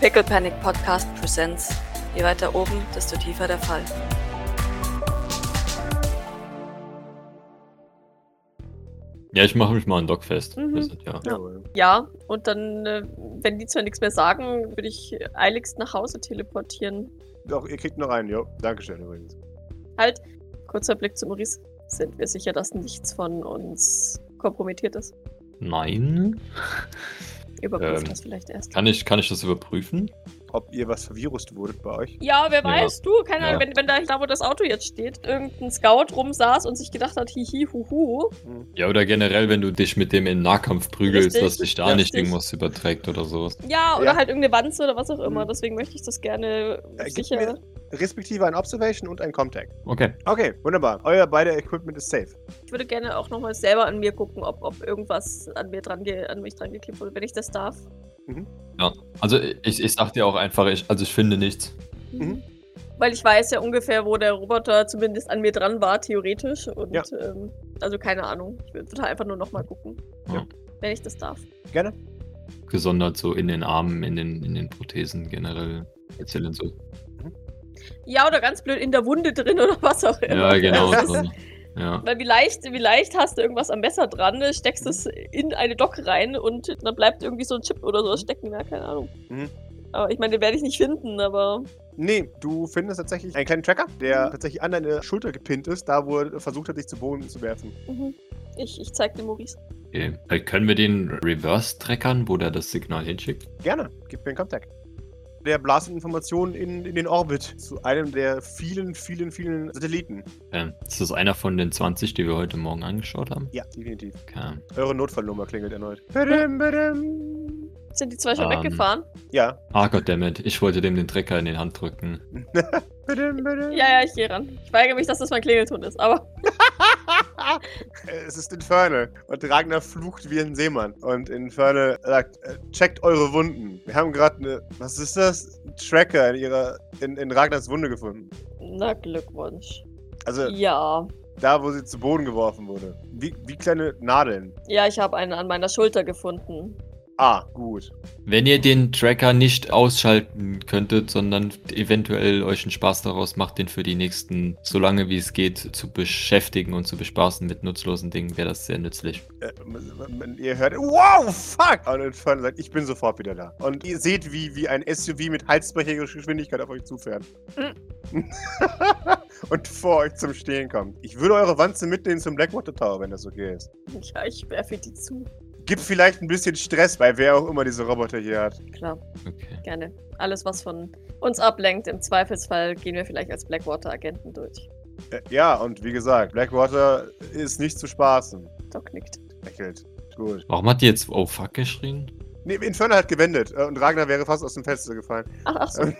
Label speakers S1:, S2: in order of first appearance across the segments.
S1: Pickle Panic Podcast presents. Je weiter oben, desto tiefer der Fall.
S2: Ja, ich mache mich mal an Doc fest.
S3: Mhm.
S2: Das ist, ja.
S4: Jawohl.
S3: Ja, und dann, äh, wenn die zwar nichts mehr sagen, würde ich eiligst nach Hause teleportieren.
S4: Doch, ihr kriegt noch einen, jo. Dankeschön übrigens.
S3: Kurzer Blick zu Maurice. Sind wir sicher, dass nichts von uns kompromittiert ist?
S2: Nein.
S3: Überprüfen
S2: Ähm,
S3: das vielleicht erst.
S2: Kann ich, kann ich das überprüfen?
S4: Ob ihr was vervirust wurdet bei euch?
S3: Ja, wer weiß, du, keine
S2: Ja.
S3: Ahnung, wenn, wenn da, da, wo das Auto jetzt steht, irgendein Scout rumsaß und sich gedacht hat, hihi, huhu,
S2: Ja, oder generell, wenn du dich mit dem in Nahkampf prügelst,
S3: Richtig.
S2: dass dich da
S4: Ja,
S2: nicht
S3: richtig.
S2: irgendwas überträgt oder sowas.
S3: Ja, oder
S4: Ja.
S3: halt irgendeine Wanze oder was auch immer.
S4: Mhm.
S3: Deswegen möchte ich das gerne
S4: Äh, gib
S3: sicher.
S4: mir- Respektive ein Observation und ein Comtag.
S2: Okay.
S4: Okay, wunderbar. Euer beider Equipment ist safe.
S3: Ich würde gerne auch nochmal selber an mir gucken, ob, ob irgendwas an mir dran ge an mich dran geklebt wurde, wenn ich das darf.
S2: Also ich, ich sag dir auch einfach, ich, also ich finde nichts.
S4: Mhm.
S3: Weil ich weiß ja ungefähr, wo der Roboter zumindest an mir dran war, theoretisch. Und
S4: Ja.
S3: ähm, also keine Ahnung. Ich würde halt einfach nur nochmal gucken.
S2: Ja.
S3: Wenn ich das darf.
S4: Gerne.
S2: Gesondert so in den Armen, in den, in den Prothesen generell. Speziell in so.
S3: Ja, oder ganz blöd in der Wunde drin oder was auch immer.
S2: Ja, genau.
S3: Das
S2: So.
S3: ist-
S2: Ja.
S3: Weil vielleicht, vielleicht hast du irgendwas am Messer dran, ne, steckst es in eine Dock rein und dann bleibt irgendwie so ein Chip oder sowas stecken, ja, keine Ahnung.
S4: Mhm.
S3: Aber ich meine, den werde ich nicht finden, aber
S4: Nee, du findest tatsächlich einen kleinen Tracker,
S3: Mhm.
S4: der tatsächlich an deine Schulter gepinnt ist, da wo er versucht hat, dich zu Boden zu werfen.
S3: mhm. ich, ich zeig dem Maurice.
S2: Okay. Äh, Können wir den Reverse trackern, wo der das Signal hinschickt?
S4: Gerne, gib mir einen Comtag. Der blastet Informationen in, in den Orbit zu einem der vielen, vielen, vielen Satelliten.
S2: Ähm, ist das einer von den 20, die wir heute Morgen angeschaut haben?
S4: Ja, definitiv.
S2: Okay.
S4: Eure Notfallnummer klingelt erneut. Badum, badum.
S3: Sind die zwei schon
S2: Ähm.
S3: weggefahren?
S4: Ja.
S2: Ah, goddammit. Ich wollte dem den Trecker in den Hand drücken.
S4: Badum, badum.
S3: Ja, ja, ich gehe ran. Ich weigere mich, dass das mein Klingelton ist, aber
S4: Äh, Es ist Infernal und Ragnar flucht wie ein Seemann. Und Infernal sagt, äh, checkt eure Wunden. Wir haben gerade eine, was ist das? Ein Tracker in, ihrer, in, in Ragnars Wunde gefunden.
S3: na Glückwunsch.
S4: Also
S3: Ja.
S4: da, wo sie zu Boden geworfen wurde. Wie, wie kleine Nadeln.
S3: Ja, ich habe einen an meiner Schulter gefunden.
S4: Ah, gut.
S2: Wenn ihr den Tracker nicht ausschalten könntet, sondern eventuell euch einen Spaß daraus macht, den für die nächsten, so lange wie es geht, zu beschäftigen und zu bespaßen mit nutzlosen Dingen, wäre das sehr nützlich.
S4: Äh, m- m- ihr hört, wow, fuck! Und Infernal sagt, ich bin sofort wieder da. Und ihr seht, wie, wie ein SUV mit halsbrecherischer Geschwindigkeit auf euch zufährt. und vor euch zum Stehen kommt. Ich würde eure Wanze mitnehmen zum Blackwater Tower, wenn das okay ist.
S3: Ja, ich werfe die zu.
S4: gibt vielleicht ein bisschen Stress bei wer auch immer diese Roboter hier hat.
S3: Klar,
S2: Okay.
S3: gerne. Alles, was von uns ablenkt, im Zweifelsfall gehen wir vielleicht als Blackwater-Agenten durch.
S4: Äh, ja, und wie gesagt, Blackwater ist nicht zu spaßen.
S3: Doc nickt.
S4: Lächelt. Gut.
S2: Warum hat die jetzt Oh fuck geschrien?
S4: Nee, Inferno hat gewendet äh, und Ragnar wäre fast aus dem Fenster gefallen.
S3: Ach, ach so. Okay,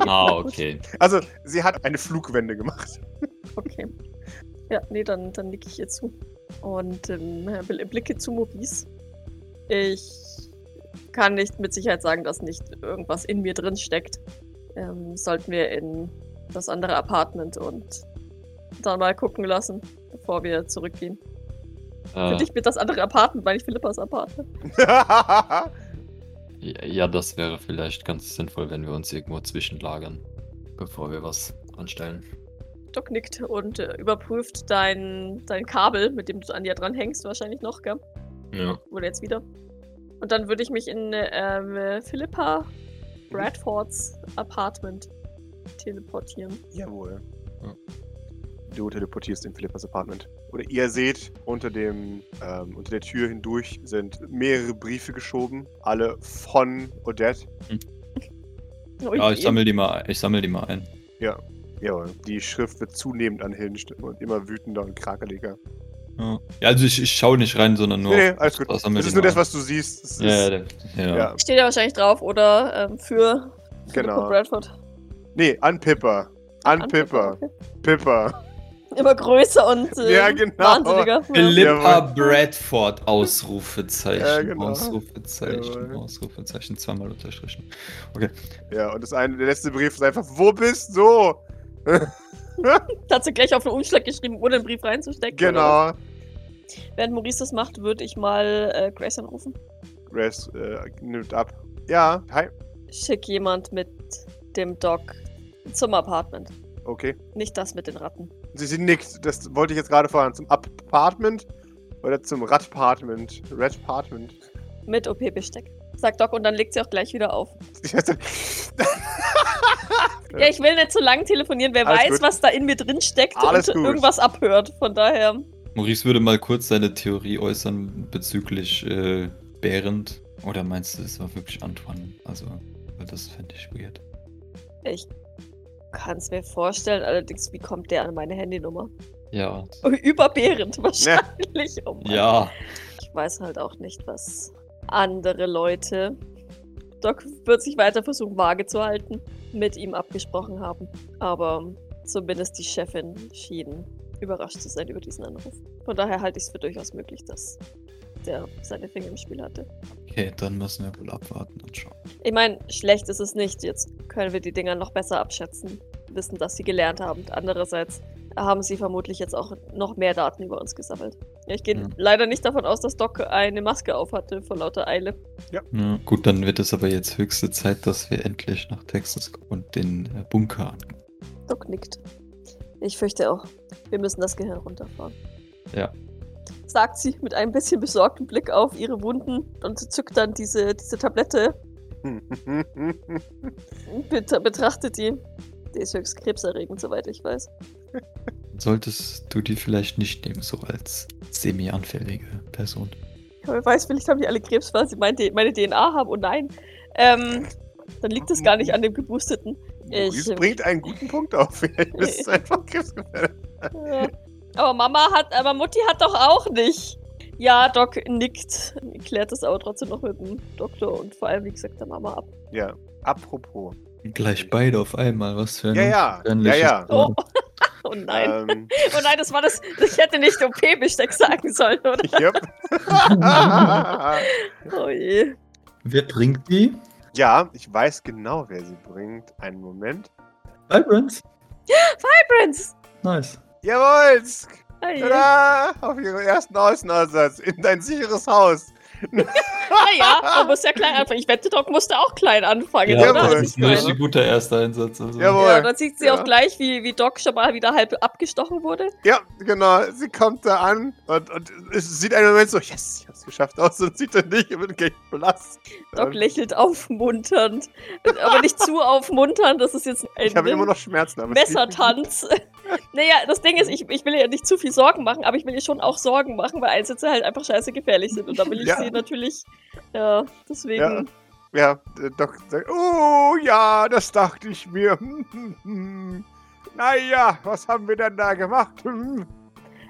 S2: Ah,
S3: na gut.
S2: okay.
S4: Also, sie hat eine Flugwende gemacht.
S3: Okay. Ja, nee, dann, dann nick ich ihr zu. Und ähm, bl- blicke zu Maurice. Ich kann nicht mit Sicherheit sagen, dass nicht irgendwas in mir drin steckt. Ähm, sollten wir in das andere Apartment und dann mal gucken lassen, bevor wir zurückgehen. Für
S2: Äh,
S3: dich wird das andere Apartment, weil ich Philippas Apartment.
S2: ja, das wäre vielleicht ganz sinnvoll, wenn wir uns irgendwo zwischenlagern, bevor wir was anstellen.
S3: Doc nickt und äh, überprüft dein, dein Kabel, mit dem du an dir dran hängst, wahrscheinlich noch, gell?
S2: Ja.
S3: Oder jetzt wieder. Und dann würde ich mich in ähm, Philippa Bradfords Apartment teleportieren.
S4: Jawohl.
S2: Ja.
S4: Du teleportierst in Philippas Apartment. Oder ihr seht, unter, dem, ähm, unter der Tür hindurch sind mehrere Briefe geschoben. Alle von Odette.
S3: Oh
S2: ja,
S3: je.
S2: ich sammle die mal, ich sammel die mal ein.
S4: Jawohl. Die Schrift wird zunehmend anhinscht und immer wütender und krakeliger.
S2: Ja, Ja, also ich, ich schaue nicht rein, sondern nur.
S4: Nee, nee, alles gut.
S2: Das
S4: Das,
S2: haben wir
S4: ist
S2: den
S4: nur das,
S2: Mal.
S4: was du siehst. Das
S2: Ja, ja,
S4: ist,
S2: der- ja.
S4: ja,
S3: Steht ja wahrscheinlich drauf, oder? Ähm, für Philippa
S4: genau.
S3: Bradford.
S4: Nee, an Pippa. An, Pippa.
S3: Okay.
S4: Pippa.
S3: Immer größer und äh,
S4: Ja, genau.
S3: wahnsinniger. Ja.
S2: Philippa
S4: Jawohl.
S2: Bradford, Ausrufezeichen,
S4: Ja, genau.
S2: Ausrufezeichen,
S4: Jawohl.
S2: Ausrufezeichen, zweimal unterstrichen.
S4: Ja, und das eine, der letzte Brief ist einfach, wo bist du?
S3: Dazu gleich auf den Umschlag geschrieben, ohne den Brief reinzustecken. oder
S4: Genau.
S3: was. Während Maurice das macht, würde ich mal äh, Grace anrufen.
S4: Grace äh, nimmt ab. Ja, hi.
S3: schick jemand mit dem Doc zum Apartment.
S4: Okay.
S3: Nicht das mit den Ratten.
S4: Sie, sie nickt. Das wollte ich jetzt gerade fragen. Zum Apartment oder zum Radpartment? Radpartment.
S3: Mit OP-Besteck. Sagt Doc und dann legt sie auch gleich wieder auf.
S4: Ich weiß nicht.
S3: Ja, ich will nicht zu lang telefonieren. Wer
S4: Alles
S3: weiß,
S4: gut.
S3: was da in mir drin steckt
S4: Alles
S3: und
S4: gut.
S3: irgendwas abhört. Von daher.
S2: Maurice würde mal kurz seine Theorie äußern bezüglich äh, Behrend. Oder meinst du, es war wirklich Antoine? Also, weil das fände ich weird.
S3: Ich kann es mir vorstellen, allerdings, wie kommt der an meine Handynummer?
S2: Ja.
S3: Überbärend wahrscheinlich. Oh Mann.
S2: Ja.
S3: Ich weiß halt auch nicht, was andere Leute. Doc wird sich weiter versuchen, vage zu halten, mit ihm abgesprochen haben. Aber zumindest die Chefin schien überrascht zu sein über diesen Anruf. Von daher halte ich es für durchaus möglich, dass der seine Finger im Spiel hatte.
S2: Okay, dann müssen wir wohl abwarten und schauen.
S3: Ich meine, schlecht ist es nicht. Jetzt können wir die Dinger noch besser abschätzen, wissen, dass sie gelernt haben. Andererseits haben sie vermutlich jetzt auch noch mehr Daten über uns gesammelt. Ja, ich gehe
S2: Ja.
S3: leider nicht davon aus, dass Doc eine Maske aufhatte vor lauter Eile.
S2: Ja. Gut, dann wird es aber jetzt höchste Zeit, dass wir endlich nach Texas kommen und den äh, Bunker an.
S3: Doc nickt. Ich fürchte auch, wir müssen das Gehirn runterfahren.
S2: Ja.
S3: Sagt sie mit einem bisschen besorgten Blick auf ihre Wunden und zückt dann diese, diese Tablette, bet betrachtet die. Die ist höchst krebserregend, soweit ich weiß.
S2: Solltest du die vielleicht nicht nehmen, so als semi-anfällige Person.
S3: Ja, Wer weiß, vielleicht haben die alle Krebs, weil sie mein D- meine DNA haben. Oh nein. Ähm, dann liegt es gar nicht an dem Geboosteten.
S4: Maurice
S3: Ich-
S4: bringt einen guten Punkt auf. Vielleicht bist du einfach krebsgefährdet.
S3: Äh, Aber Mama hat, aber Mutti hat doch auch nicht. Ja, Doc nickt. Klärt das aber trotzdem noch mit dem Doktor und vor allem, wie gesagt, der Mama ab.
S4: Ja, apropos.
S2: Gleich beide auf einmal, was für ein
S4: Ja, ja. Ja,
S2: unfreundliches
S4: ja.
S2: Plan.
S3: Oh nein.
S4: Ähm,
S3: Oh nein, das war das. Ich hätte nicht OP-Besteck sagen sollen, oder?
S4: yep.
S3: Oh je.
S2: Wer bringt die?
S4: ja, ich weiß genau, wer sie bringt. Einen Moment.
S2: Vibrance.
S3: Hi, Prince.
S2: Nice.
S4: Jawohl!
S3: Oh je. Ah
S4: Tada! Auf ihren ersten Außenansatz in dein sicheres Haus.
S3: ja, man muss ja klein anfangen. Ich wette, Doc musste auch klein anfangen,
S4: Ja,
S3: oder? Also
S4: jawohl.
S2: das
S3: ich
S2: ist ein
S3: meine-
S2: richtig guter erster Einsatz. Also.
S4: Jawohl.
S3: Ja, dann sieht sie
S4: Ja.
S3: auch gleich, wie, wie Doc schon mal wieder halb abgestochen wurde.
S4: Ja, genau. Sie kommt da an und, und es sieht einen Moment so, yes, ich hab's geschafft aus und sieht dann nicht, ich bin gleich blass.
S3: Doc
S4: Ähm,
S3: lächelt aufmunternd. Aber nicht zu aufmunternd, das ist jetzt ein
S4: ich habe immer noch Schmerzen. aber es geht
S3: Messertanz. naja, das Ding ist, ich, ich will ihr nicht zu viel Sorgen machen, aber ich will ihr schon auch Sorgen machen, weil Einsätze halt einfach scheiße gefährlich sind. Und da will ich
S4: Ja.
S3: sie natürlich. Ja, deswegen.
S4: nicht. Ja, der Doc sagt, oh ja, das dachte ich mir. Hm, naja, was haben wir denn da gemacht? Hm.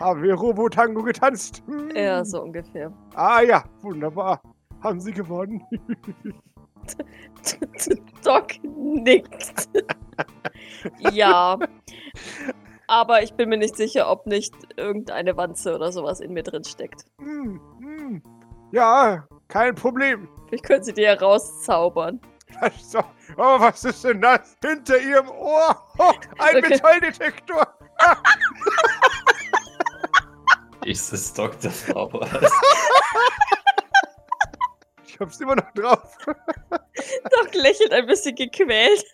S4: Haben wir Robotango getanzt? Hm.
S3: Ja. so ungefähr.
S4: Ah ja, wunderbar. Haben sie gewonnen?
S3: Doc nickt. ja. Aber ich bin mir nicht sicher, ob nicht irgendeine Wanze oder sowas in mir drin steckt.
S4: Hm, hm. Ja, kein Problem.
S3: Ich könnte sie dir herauszaubern.
S4: Das ist doch- Oh, was ist denn das? Hinter ihrem Ohr! Oh, ein
S3: Okay.
S4: Metalldetektor!
S2: Jesus, Dr. Faber.
S4: Ich hab's immer noch drauf.
S3: Doc lächelt ein bisschen gequält.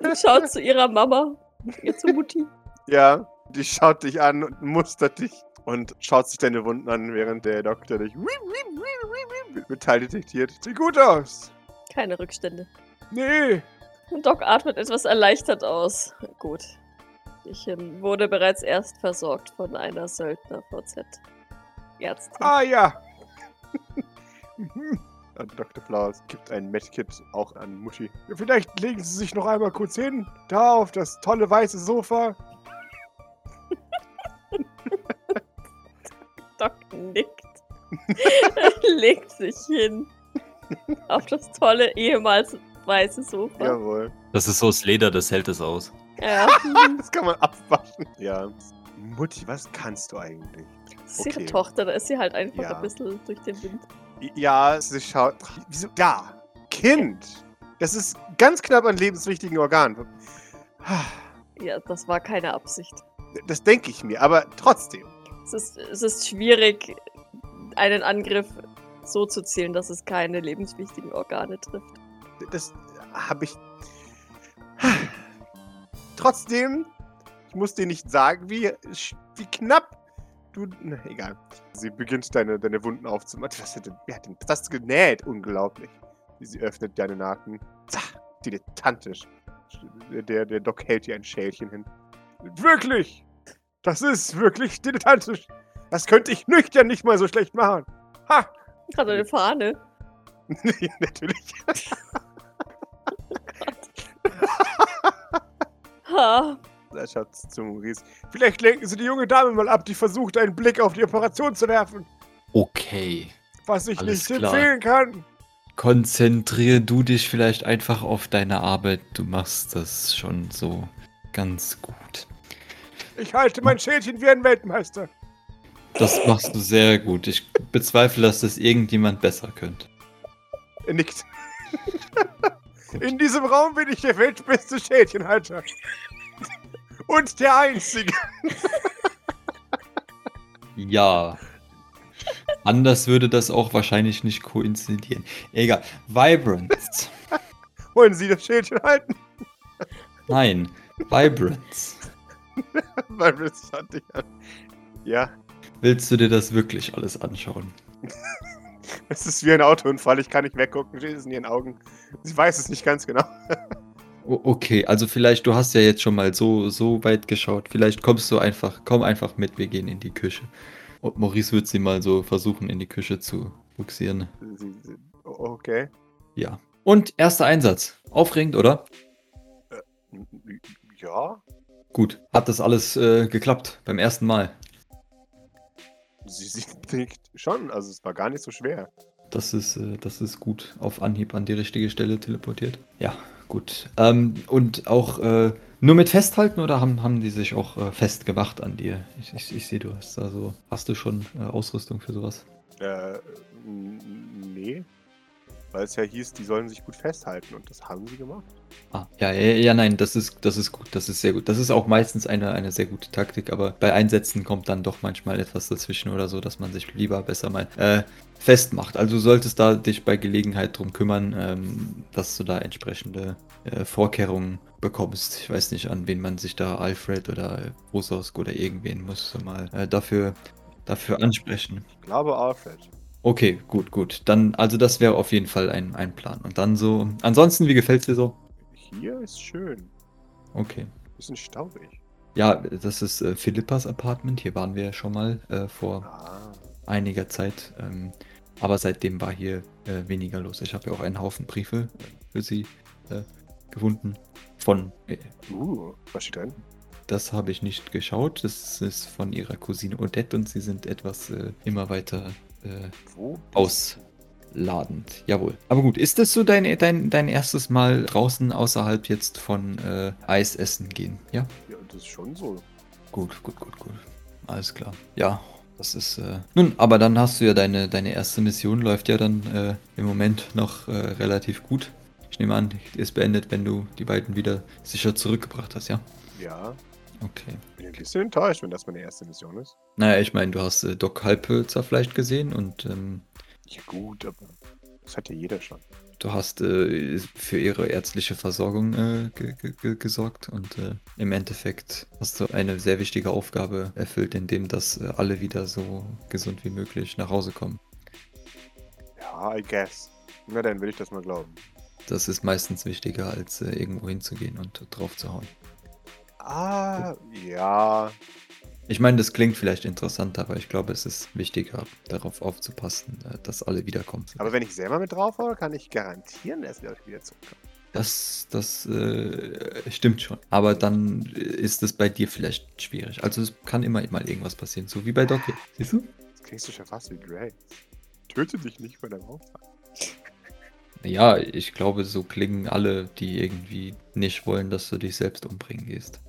S3: und schaut zu ihrer Mama. ihr Zu Mutti.
S4: Ja, die schaut dich an und mustert dich und schaut sich deine Wunden an, während der Doktor dich wiep, wiep, wiep, wiep, wiep, mit Metall detektiert. Sieht gut aus.
S3: Keine Rückstände.
S4: Nee.
S3: Und Doc atmet etwas erleichtert aus. Gut. Ich ähm, wurde bereits erst versorgt von einer Söldner-VZ. Ärztin.
S4: Ah ja. Und Dr. Flowers gibt ein Medkit auch an Muschi. Vielleicht legen Sie sich noch einmal kurz hin. Da auf das tolle weiße Sofa.
S3: Doc nickt. Legt sich hin. Auf das tolle, ehemals weiße Sofa.
S4: Jawohl.
S2: Das ist so das Leder, das hält es aus.
S3: Ja.
S4: Das kann man abwaschen. Ja. Mutti, was kannst du eigentlich?
S3: Das ist ihre
S4: Okay.
S3: Tochter, da ist sie halt einfach
S4: Ja.
S3: ein bisschen durch den Wind.
S4: Ja, sie schaut. Wieso? Da! Kind! Das ist ganz knapp an lebenswichtigen Organen. Ah,
S3: Ja, das war keine Absicht.
S4: Das denke ich mir, aber trotzdem.
S3: Es ist, es ist schwierig, einen Angriff so zu zählen, dass es keine lebenswichtigen Organe trifft.
S4: Das habe ich. Trotzdem, ich muss dir nicht sagen, wie, sch- wie knapp du. Na, egal. Sie beginnt deine, deine Wunden aufzumachen. Was hat denn, wer hat denn das genäht? Unglaublich. Sie öffnet deine Naten. Zah, dilettantisch. Der, der Doc hält ihr ein Schälchen hin. Wirklich! Das ist wirklich dilettantisch! Das könnte ich nüchtern nicht mal so schlecht machen! Ha!
S3: Hat eine Fahne.
S4: Nee, Natürlich.
S3: Ha.
S4: Er schaut zu Maurice. Vielleicht lenken Sie die junge Dame mal ab, die versucht, einen Blick auf die Operation zu werfen,
S5: Okay.
S4: was ich
S5: Alles
S4: nicht
S5: klar.
S4: empfehlen kann.
S5: Konzentrier du dich vielleicht einfach auf deine Arbeit. Du machst das schon so ganz gut.
S4: Ich halte mein Schälchen wie ein Weltmeister.
S5: Das machst du sehr gut. Ich bezweifle, dass das irgendjemand besser könnte.
S4: Er nickt. In diesem Raum bin ich der weltbeste Schälchenhalter. Und der Einzige.
S5: Ja. Anders würde das auch wahrscheinlich nicht koinzidieren. Egal. Vibrance.
S4: Wollen Sie das Schälchen halten?
S5: Nein. Vibrance.
S4: Weil wir es hatte ich an. Ja,
S5: Willst du dir das wirklich alles anschauen?
S4: es ist wie ein Autounfall. Ich kann nicht weggucken. Steht es in ihren Augen. Sie weiß es nicht ganz genau.
S5: O- Okay, also vielleicht, du hast ja jetzt schon mal so, so weit geschaut. Vielleicht kommst du einfach, komm einfach mit, wir gehen in die Küche. Und Maurice wird sie mal so versuchen, in die Küche zu buxieren.
S4: Sie- sie- Okay.
S5: Ja. Und erster Einsatz. Aufregend, oder?
S4: Hm, Ja.
S5: Gut. Hat das alles äh, geklappt beim ersten Mal?
S4: Sie, sie denkt schon, also es war gar nicht so schwer.
S5: Das ist, äh, das ist gut auf Anhieb an die richtige Stelle teleportiert. Ja, gut. Ähm, und auch äh, nur mit Festhalten oder haben, haben die sich auch äh, festgemacht an dir? Ich, ich, ich sehe, du hast da so. Hast du schon äh, Ausrüstung für sowas?
S4: Äh, n- nee. Weil es ja hieß, die sollen sich gut festhalten und das haben sie gemacht.
S5: Ah, ja, ja, ja, nein, das ist, das ist gut, das ist sehr gut. Das ist auch meistens eine, eine sehr gute Taktik, aber bei Einsätzen kommt dann doch manchmal etwas dazwischen oder so, dass man sich lieber besser mal äh, festmacht. Also du solltest da dich bei Gelegenheit drum kümmern, ähm, dass du da entsprechende äh, Vorkehrungen bekommst. Ich weiß nicht, an wen man sich da, Alfred oder äh, Rososk oder irgendwen musst du mal äh, dafür, dafür ansprechen.
S4: Ich glaube, Alfred.
S5: Okay, gut, gut. Dann, also das wäre auf jeden Fall ein, ein Plan. Und dann so, ansonsten, wie gefällt dir so?
S4: Hier ist schön.
S5: Okay.
S4: Bisschen staubig.
S5: Ja, das ist äh, Philippas Apartment. Hier waren wir ja schon mal äh, vor
S4: Ah.
S5: einiger Zeit. Ähm, aber seitdem war hier äh, weniger los. Ich habe ja auch einen Haufen Briefe äh, für sie äh, gefunden. Von, äh,
S4: Uh, was steht drin?
S5: das habe ich nicht geschaut. Das ist von ihrer Cousine Odette und sie sind etwas äh, immer weiter äh,
S4: Wo?
S5: ausladend. Jawohl. Aber gut, ist das so dein, dein, dein erstes Mal draußen außerhalb jetzt von äh, Eis essen gehen? Ja?
S4: Ja, das ist schon so.
S5: Gut, gut, gut, gut. Alles klar. Ja, das ist. Äh... Nun, aber dann hast du ja deine, deine erste Mission, läuft ja dann äh, im Moment noch äh, relativ gut. Ich nehme an, die ist beendet, wenn du die beiden wieder sicher zurückgebracht hast, ja?
S4: Ja.
S5: Okay.
S4: Bin ein bisschen enttäuscht, wenn das meine erste Mission ist.
S5: Naja, ich meine, du hast äh, Doc Halpe zerfleischt gesehen und ähm,
S4: Ja, gut, aber das hat ja jeder schon.
S5: du hast äh, für ihre ärztliche Versorgung äh, ge ge ge gesorgt und äh, im Endeffekt hast du eine sehr wichtige Aufgabe erfüllt, indem dass äh, alle wieder so gesund wie möglich nach Hause kommen.
S4: Ja, I guess. Na dann will ich das mal glauben.
S5: Das ist meistens wichtiger, als äh, irgendwo hinzugehen und drauf zu hauen.
S4: Ah, ja.
S5: Ich meine, das klingt vielleicht interessant, aber ich glaube, es ist wichtiger, darauf aufzupassen, äh, dass alle wiederkommen.
S4: Aber wenn ich selber mit drauf hau, kann ich garantieren, dass die Leute wieder zurückkommen.
S5: das das äh, stimmt schon. Aber dann ist es bei dir vielleicht schwierig. Also es kann immer mal irgendwas passieren, so wie bei Doc. hier. Siehst du?
S4: Das klingst du schon fast wie Grace. Töte dich nicht bei deinem Auftrag.
S5: Ja, ich glaube, so klingen alle, die irgendwie nicht wollen, dass du dich selbst umbringen gehst.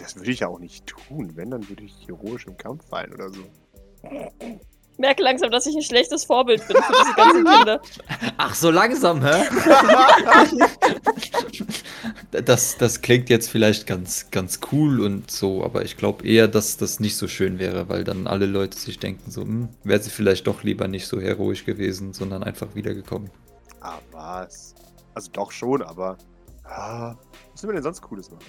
S4: Das würde ich ja auch nicht tun. Wenn, dann würde ich heroisch im Kampf fallen oder so.
S3: Merke langsam, dass ich ein schlechtes Vorbild bin für diese ganzen Kinder.
S5: Ach, so langsam, hä? das, das klingt jetzt vielleicht ganz, ganz cool und so, aber ich glaube eher, dass das nicht so schön wäre, weil dann alle Leute sich denken, so, hm, wäre sie vielleicht doch lieber nicht so heroisch gewesen, sondern einfach wiedergekommen.
S4: Ah, was? Also doch schon, aber. Ah, was will man denn sonst Cooles machen?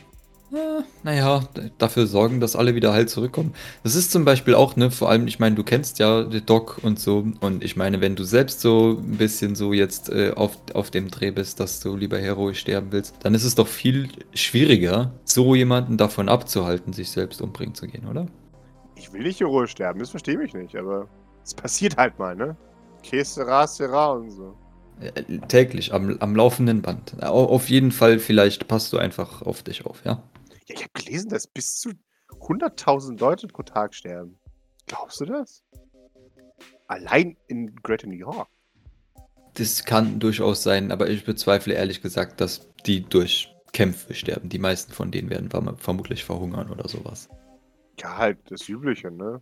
S5: Ja, naja, d- dafür sorgen, dass alle wieder heil zurückkommen. Das ist zum Beispiel auch, ne, vor allem, ich meine, du kennst ja den Doc und so. Und ich meine, wenn du selbst so ein bisschen so jetzt äh, auf, auf dem Dreh bist, dass du lieber heroisch sterben willst, dann ist es doch viel schwieriger, so jemanden davon abzuhalten, sich selbst umbringen zu gehen, oder?
S4: Ich will nicht heroisch sterben, das verstehe ich nicht, aber es passiert halt mal, ne? Que sera, sera und so.
S5: Äh, täglich, am, am laufenden Band. Au- auf jeden Fall, vielleicht passt du einfach auf dich auf, ja?
S4: Ja, ich habe gelesen, dass bis zu 100.000 Leute pro Tag sterben. Glaubst du das? Allein in Greater New York.
S5: Das kann durchaus sein, aber ich bezweifle ehrlich gesagt, dass die durch Kämpfe sterben. Die meisten von denen werden verm- vermutlich verhungern oder sowas.
S4: Ja, halt das Übliche, ne?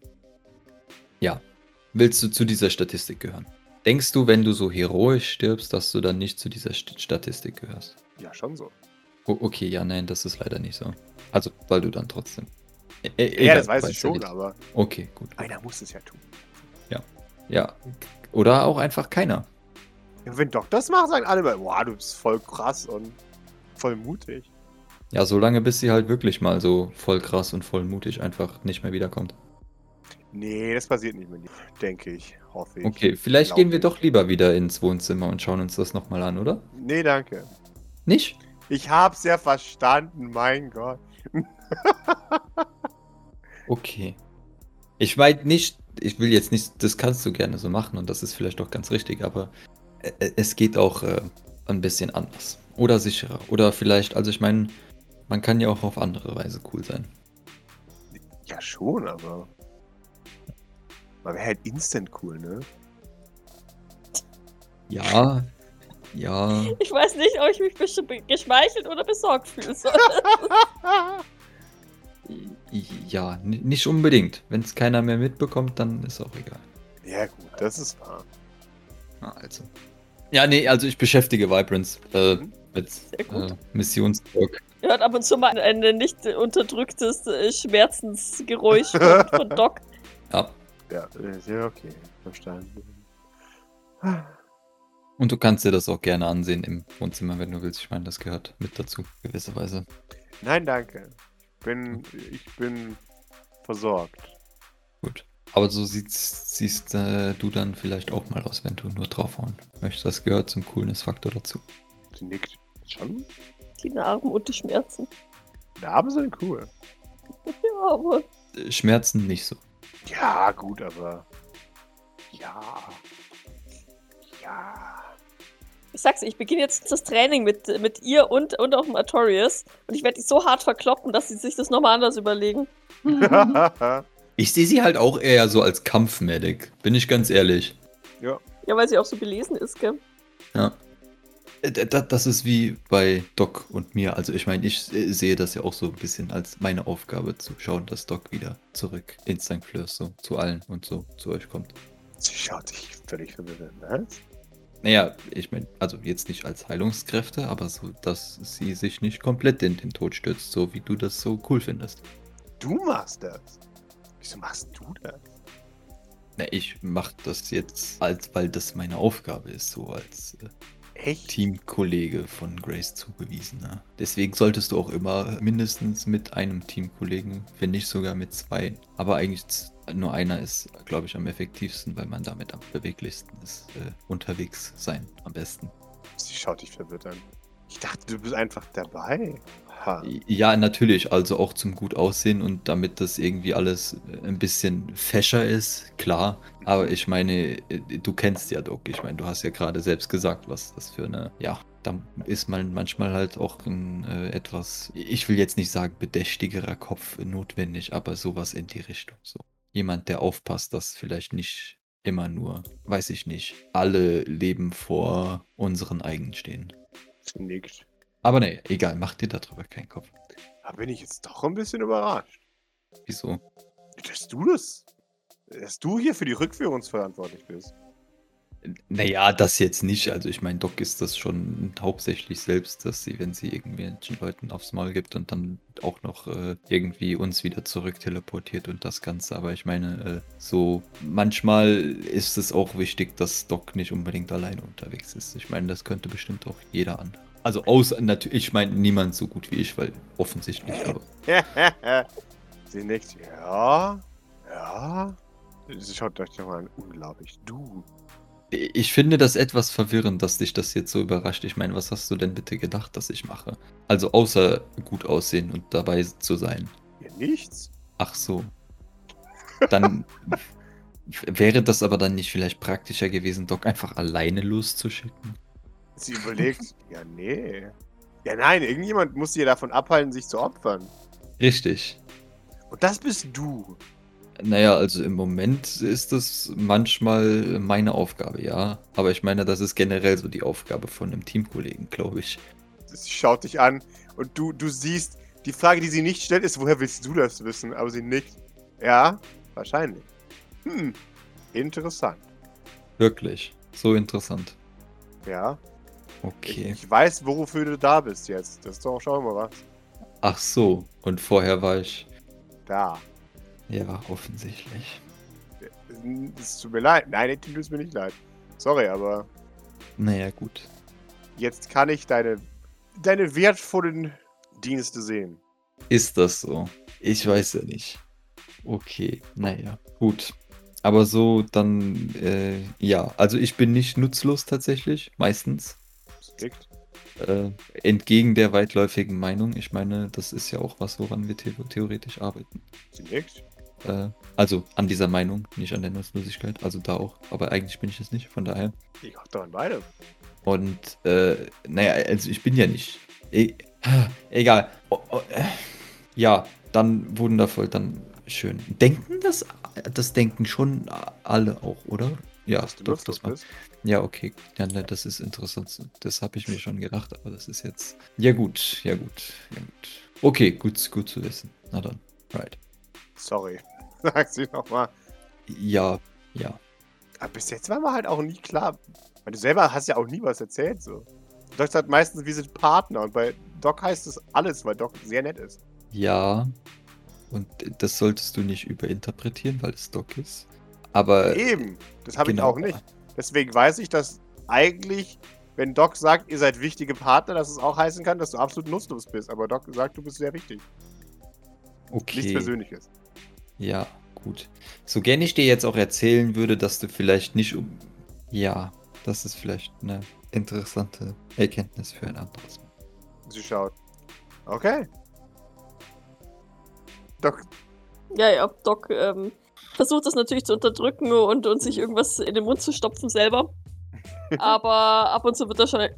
S5: Willst du zu dieser Statistik gehören? Denkst du, wenn du so heroisch stirbst, dass du dann nicht zu dieser St Statistik gehörst?
S4: Ja, schon so.
S5: O okay, ja, nein, das ist leider nicht so. Also, weil du dann trotzdem. E e-
S4: ja,
S5: egal,
S4: das weiß
S5: weißt
S4: ich
S5: du
S4: schon,
S5: nicht.
S4: aber
S5: Okay, gut.
S4: einer muss es ja tun.
S5: Ja. Oder auch einfach keiner.
S4: Ja, wenn Doc das macht, sagen alle mal, wow, du bist voll krass und voll mutig.
S5: Ja, solange bis sie halt wirklich mal so voll krass und voll mutig einfach nicht mehr wiederkommt.
S4: Nee, das passiert nicht mit dir. Denke ich, hoffe ich.
S5: Okay, vielleicht
S4: glaub
S5: gehen wir
S4: nicht.
S5: doch lieber wieder ins Wohnzimmer und schauen uns das nochmal an, oder?
S4: Nee, danke.
S5: Nicht?
S4: Ich hab's ja verstanden, mein Gott.
S5: Okay. Ich meine nicht, ich will jetzt nicht, das kannst du gerne so machen und das ist vielleicht auch ganz richtig, aber e- e- es geht auch äh, ein bisschen anders. Oder sicherer. Oder vielleicht, also ich meine, man kann ja auch auf andere Weise cool sein.
S4: Ja, schon, aber. Man wäre halt instant cool, ne?
S5: Ja, ja.
S3: Ich weiß nicht, ob ich mich besch- be- geschmeichelt oder besorgt fühlen soll.
S5: i- Ja, n- nicht unbedingt. Wenn es keiner mehr mitbekommt, dann ist auch egal.
S4: Ja, gut, das ist wahr.
S5: Ah, also. Ja, nee, also ich beschäftige Vibrance äh,
S4: Mhm.
S5: mit
S3: gut.
S5: äh, Missionsdruck.
S3: Ihr hört ab und zu mal ein ein nicht unterdrücktes äh, Schmerzensgeräusch von, von Doc.
S5: Ja.
S4: Ja, ist ja okay. Verstanden.
S5: Und du kannst dir das auch gerne ansehen im Wohnzimmer, wenn du willst. Ich meine, das gehört mit dazu, gewisserweise.
S4: Nein, danke. Ich bin,
S5: Hm.
S4: ich bin versorgt.
S5: Gut. Aber so siehst, siehst äh, du dann vielleicht auch mal aus, wenn du nur draufhauen möchtest. Das gehört zum Coolness-Faktor dazu.
S4: Sie nickt. Schon?
S3: Die Narben und die Schmerzen.
S4: Narben sind cool.
S3: Ja, aber
S5: Äh, Schmerzen nicht so.
S4: Ja, gut, aber. Ja. Ja.
S3: ich sag's, dir, ich beginne jetzt das Training mit, mit ihr und, und auch dem Artorius. Und ich werde die so hart verkloppen, dass sie sich das nochmal anders überlegen.
S4: ja,
S5: Ich sehe sie halt auch eher so als Kampfmedic, bin ich ganz ehrlich.
S3: Ja, weil sie auch so belesen ist, gell?
S5: Ja. Äh, d- d- Das ist wie bei Doc und mir. Also ich meine, ich äh, sehe das ja auch so ein bisschen als meine Aufgabe zu schauen, dass Doc wieder zurück ins St. Fleurs so zu allen und so zu euch kommt.
S4: sie schaut dich völlig verwirrt an. ne? Was?
S5: Naja, ich meine, also jetzt nicht als Heilungskräfte, aber so, dass sie sich nicht komplett in den Tod stürzt, so wie du das so cool findest.
S4: Du machst das. Wieso machst du das?
S5: Na, ich mache das jetzt, als, weil das meine Aufgabe ist, so als äh,
S4: Echt?
S5: Teamkollege von Grace zugewiesener. Deswegen solltest du auch immer mindestens mit einem Teamkollegen, wenn nicht sogar mit zwei. Aber eigentlich z- nur einer ist, glaube ich, am effektivsten, weil man damit am beweglichsten ist, äh, unterwegs sein am besten.
S4: Sie schaut dich verwirrt an. Ich dachte, du bist einfach dabei. Ha.
S5: Ja, natürlich. Also auch zum gut aussehen und damit das irgendwie alles ein bisschen fescher ist, klar. Aber ich meine, du kennst ja Doc. Ich meine, du hast ja gerade selbst gesagt, was das für eine. Ja, dann ist man manchmal halt auch ein äh, etwas, ich will jetzt nicht sagen bedächtigerer Kopf notwendig, aber sowas in die Richtung. So jemand, der aufpasst, dass vielleicht nicht immer nur, weiß ich nicht, alle Leben vor unseren eigenen stehen.
S4: Sie nickt.
S5: Aber nee, egal, mach dir darüber keinen Kopf.
S4: Da bin ich jetzt doch ein bisschen überrascht.
S5: Wieso?
S4: Dass du das. Dass du hier für die Rückführungsverantwortlich bist.
S5: Naja, das jetzt nicht. Also ich meine, Doc ist das schon hauptsächlich selbst, dass sie, wenn sie irgendwelchen Leuten aufs Maul gibt und dann auch noch äh, irgendwie uns wieder zurück teleportiert und das Ganze. Aber ich meine, äh, so manchmal ist es auch wichtig, dass Doc nicht unbedingt alleine unterwegs ist. Ich meine, das könnte bestimmt auch jeder an. Also außer natürlich, ich meine niemand so gut wie ich, weil offensichtlich. Aber
S4: Sie nickt. Ja, ja. Sie schaut euch nochmal an. Unglaublich. Du.
S5: ich finde das etwas verwirrend, dass dich das jetzt so überrascht. Ich meine, was hast du denn bitte gedacht, dass ich mache? Also außer gut aussehen und dabei zu sein.
S4: Ihr nichts?
S5: Ach so. Dann wäre das aber dann nicht vielleicht praktischer gewesen, Doc einfach alleine loszuschicken?
S4: Sie überlegt. ja, nee. Ja, nein, irgendjemand muss sie davon abhalten, sich zu opfern.
S5: Richtig.
S4: Und das bist du.
S5: Naja, also im Moment ist das manchmal meine Aufgabe, ja. Aber ich meine, das ist generell so die Aufgabe von einem Teamkollegen, glaube ich.
S4: Sie schaut dich an und du, du siehst, die Frage, die sie nicht stellt, ist, woher willst du das wissen? Aber sie nickt. Ja, wahrscheinlich. Hm, interessant.
S5: Wirklich. So interessant.
S4: Ja, ich,
S5: Okay.
S4: ich weiß, wofür du da bist jetzt. Das ist doch, schau mal was.
S5: Ach so. Und vorher war ich.
S4: Da.
S5: Ja, offensichtlich.
S4: Es tut mir leid. Nein, tut es mir nicht leid. Sorry, aber
S5: Naja, gut.
S4: jetzt kann ich deine, deine wertvollen Dienste sehen.
S5: Ist das so? Ich weiß ja nicht. Okay, naja, gut. Aber so dann, äh, ja, also ich bin nicht nutzlos tatsächlich, meistens.
S4: Es nickt.
S5: Äh, entgegen der weitläufigen Meinung. Ich meine, das ist ja auch was, woran wir the theoretisch arbeiten.
S4: Sie nickt.
S5: Äh, also an dieser Meinung, nicht an der Nutzlosigkeit, also da auch. Aber eigentlich bin ich es nicht, von daher.
S4: Ich hab doch an beide.
S5: Und, äh, naja, also ich bin ja nicht. E Egal. O- o- äh. Ja, dann wundervoll, dann schön. Denken das, das denken schon alle auch, oder? Ja,
S4: dass du
S5: doch, das
S4: nutzlos
S5: war,
S4: bist.
S5: ja, okay. Ja, ne, das ist interessant. Das habe ich mir schon gedacht, aber das ist jetzt. Ja, gut, ja, gut, ja, gut. Okay, gut, gut zu wissen. Na dann, right.
S4: Sorry. Sagt sie nochmal.
S5: Ja, ja.
S4: Aber bis jetzt war mir halt auch nie klar. Weil du selber hast ja auch nie was erzählt, so. Doc sagt meistens, wir sind Partner. Und bei Doc heißt es alles, weil Doc sehr nett ist.
S5: Ja. Und das solltest du nicht überinterpretieren, weil es Doc ist. Aber.
S4: Eben. Das habe
S5: genau.
S4: ich auch nicht. Deswegen weiß ich, dass eigentlich, wenn Doc sagt, ihr seid wichtige Partner, dass es auch heißen kann, dass du absolut nutzlos bist. Aber Doc sagt, du bist sehr wichtig.
S5: Okay.
S4: Nichts Persönliches.
S5: Ja, gut. So gern ich dir jetzt auch erzählen würde, dass du vielleicht nicht um. Ja, das ist vielleicht eine interessante Erkenntnis für ein anderes Mal.
S4: Sie schaut. Okay. Doc,
S3: Ja, ja, Doc ähm, versucht das natürlich zu unterdrücken und, und sich irgendwas in den Mund zu stopfen selber. Aber ab und zu wird da schon ein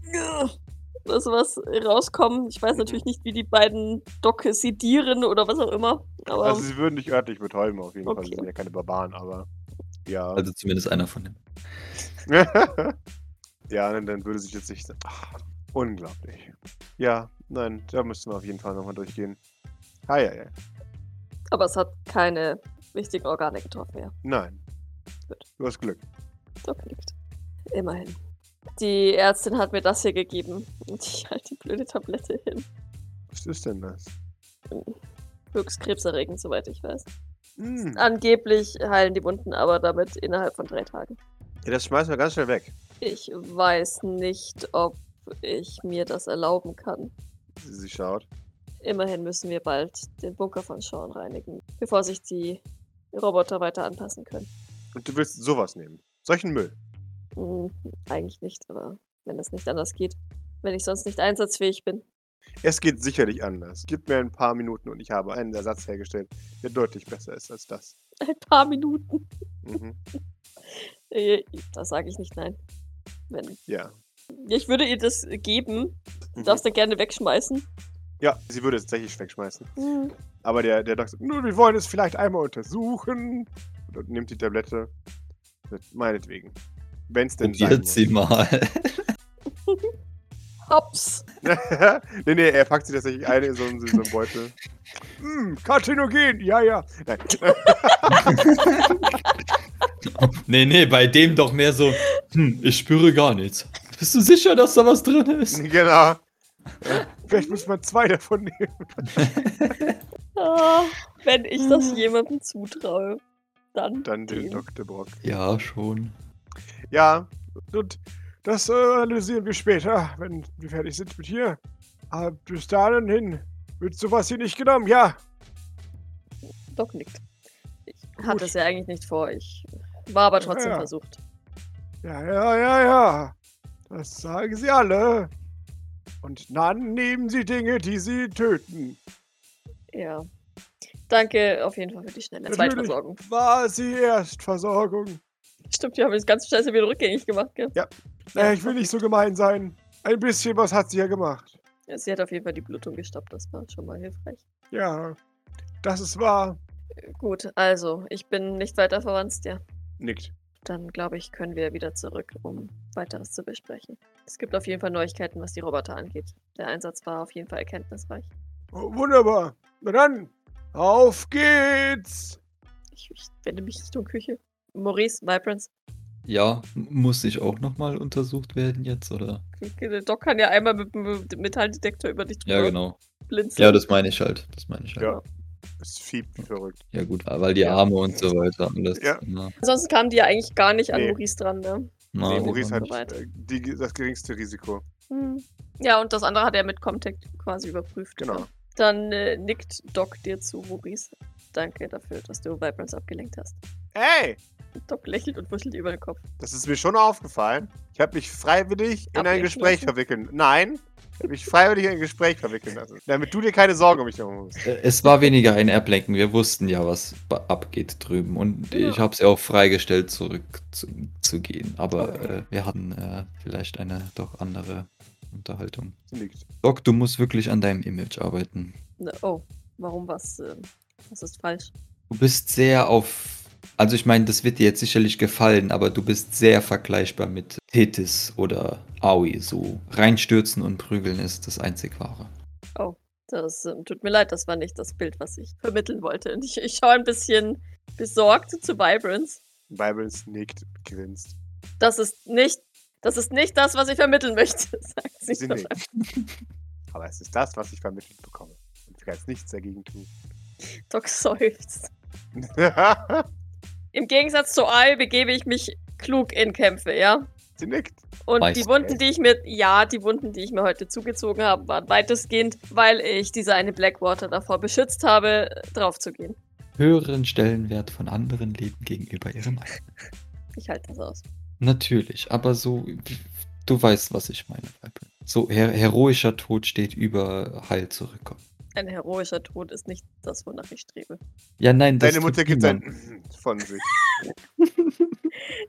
S3: das was rauskommen. Ich weiß natürlich nicht, wie die beiden Doc sedieren oder was auch immer. Aber
S4: also sie würden dich örtlich betäuben, auf jeden Fall.
S3: Oh.
S4: Sie
S3: Okay.
S4: sind ja keine Barbaren, aber. Ja.
S5: Also zumindest einer von denen.
S4: ja, dann, dann würde sich jetzt nicht. Ach, unglaublich. Ja, nein, da müssen wir auf jeden Fall nochmal durchgehen. Ah, ja, ja.
S3: Aber es hat keine wichtigen Organe getroffen, ja.
S4: Nein. Du hast Glück.
S3: Doc liegt. Immerhin. Die Ärztin hat mir das hier gegeben. Und ich halte die blöde Tablette hin.
S4: Was ist denn das?
S3: Höchst krebserregend, soweit ich weiß.
S4: Hm.
S3: Ah. Angeblich heilen die Wunden aber damit innerhalb von drei Tagen.
S4: Ja, das schmeißen wir ganz schnell weg.
S3: Ich weiß nicht, ob ich mir das erlauben kann.
S4: Sie, sie schaut.
S3: Immerhin müssen wir bald den Bunker von Sean reinigen, bevor sich die Roboter weiter anpassen können.
S4: Und du willst sowas nehmen. Solchen Müll.
S3: Hm, eigentlich nicht, aber wenn es nicht anders geht, wenn ich sonst nicht einsatzfähig bin.
S4: Es geht sicherlich anders. Gib mir ein paar Minuten und ich habe einen Ersatz hergestellt, der deutlich besser ist als das.
S3: Ein paar Minuten.
S4: Mhm.
S3: Äh, Da sage ich nicht nein. Wenn,
S4: Ja.
S3: ich würde ihr das geben. Du
S4: Mhm.
S3: darfst dann gerne wegschmeißen.
S4: Ja, sie würde es tatsächlich wegschmeißen.
S3: Hm,
S4: Aber der, der Doktor, nun, wir wollen es vielleicht einmal untersuchen. Und nimmt die Tablette. Sagt, Meinetwegen. Wenn es denn sein
S5: Probiert
S4: muss.
S5: sie mal.
S3: Hops.
S4: nee, nee, er packt sie tatsächlich ein in so einen, so einen Beutel. Hm, Karzinogen, ja, ja. Nein.
S5: Nee, nee, bei dem doch mehr so, hm, ich spüre gar nichts. Bist du sicher, dass da was drin ist?
S4: Genau. Ja, Vielleicht muss man zwei davon nehmen.
S3: Ah, wenn ich das jemandem zutraue, dann.
S4: Dann den
S3: dem.
S4: Dr. Brock.
S5: Ja, schon.
S4: Ja, und das äh, analysieren wir später, Ah, wenn wir fertig sind mit hier. Aber bis dahin hin wird sowas hier nicht genommen, ja.
S3: Doc nickt. Ich
S4: Gut.
S3: hatte es ja eigentlich nicht vor. Ich war aber trotzdem
S4: Ja.
S3: versucht.
S4: Ja, ja, ja, ja. Das sagen sie alle. Und dann nehmen sie Dinge, die sie töten.
S3: Ja. Danke auf jeden Fall für die schnelle
S4: Natürlich.
S3: Zweitversorgung.
S4: War sie Erstversorgung.
S3: Stimmt, wir haben das ganz schnell wieder rückgängig gemacht, gell?
S4: Ja.
S3: Ja,
S4: Äh, ich will nicht so gemein sein. Ein bisschen was hat sie ja gemacht.
S3: Ja, Sie hat auf jeden Fall die Blutung gestoppt, das war schon mal hilfreich.
S4: Ja, das ist wahr.
S3: Gut, also, ich bin nicht weiter verwandt, ja.
S4: Nickt.
S3: Dann glaube ich, können wir wieder zurück, um weiteres zu besprechen. Es gibt auf jeden Fall Neuigkeiten, was die Roboter angeht. Der Einsatz war auf jeden Fall erkenntnisreich.
S4: Oh, wunderbar. Na dann, auf geht's.
S3: Ich, ich wende mich Richtung Küche. Maurice, Vibrance.
S5: Ja, m- muss ich auch nochmal untersucht werden jetzt, oder?
S3: Der Doc kann ja einmal mit dem Metalldetektor über dich drüber
S5: Ja, genau.
S3: blinzeln.
S5: Ja, das meine ich halt. Das meine ich halt.
S4: Ja. Es fiebt wie verrückt.
S5: Ja, gut, weil die
S3: Ja.
S5: Arme und so weiter alles.
S4: Ja.
S5: Na,
S3: Ansonsten kamen die ja eigentlich gar nicht an
S4: Nee.
S3: Maurice dran, ne?
S5: na,
S4: nee,
S5: die
S4: Maurice
S5: waren-
S4: hat
S3: bereit.
S4: äh, die, das geringste Risiko.
S3: Hm. Ja, und das andere hat er mit Comtech quasi überprüft.
S4: Genau.
S3: Ja. Dann äh, nickt Doc dir zu, Maurice. Danke dafür, dass du Vibrance abgelenkt hast.
S4: Ey,
S3: Doc lächelt und wuschelt ihr über den Kopf.
S4: das ist mir schon aufgefallen. Ich habe mich freiwillig in ein
S3: Ablenken
S4: Gespräch
S3: lassen?
S4: verwickeln. Nein, ich habe mich freiwillig in ein Gespräch verwickeln lassen. Damit du dir keine Sorgen um mich machen musst.
S5: Äh, Es war weniger ein Erblenken. Wir wussten ja, was ba- abgeht drüben. Und
S3: Ja.
S5: ich habe es ja auch freigestellt, zurückzugehen. Zu gehen. Aber äh, wir hatten äh, vielleicht eine doch andere Unterhaltung.
S4: Sie nickt.
S5: Doc, du musst wirklich an deinem Image arbeiten.
S3: Ne, oh, warum was? Äh, was ist falsch?
S5: Du bist sehr auf. Also, ich meine, das wird dir jetzt sicherlich gefallen, aber du bist sehr vergleichbar mit Tethys oder Aoi. So reinstürzen und prügeln ist das einzig wahre.
S3: Das ähm, tut mir leid, das war nicht das Bild, was ich vermitteln wollte. Und Ich, ich schaue ein bisschen besorgt zu Vibrance.
S4: Vibrance nickt, grinst.
S3: Das ist nicht, das ist nicht das, was ich vermitteln möchte, sagt sie.
S4: Sie nickt. Aber es ist das, was ich vermittelt bekomme. Und ich kann jetzt nichts dagegen tun.
S3: Doc seufzt.
S4: Sie
S3: Im Gegensatz zu Al begebe ich mich klug in Kämpfe, ja?
S4: nickt.
S3: Und die
S5: Weißt du,
S3: Wunden, die ich mir, ja, die Wunden, die ich mir heute zugezogen habe, waren weitestgehend, weil ich diese eine Blackwater davor beschützt habe, draufzugehen.
S5: Höheren Stellenwert von anderen Leben gegenüber ihrem eigenen.
S3: Ich halte das aus.
S5: Natürlich, aber so, du weißt, was ich meine. Weibel. So her heroischer Tod steht über Heil zurückkommen.
S3: Ein heroischer Tod ist nicht das, wonach ich strebe.
S5: Ja, nein, das
S4: Deine
S5: tut
S4: Mutter gibt
S5: niemand.
S4: ein von sich.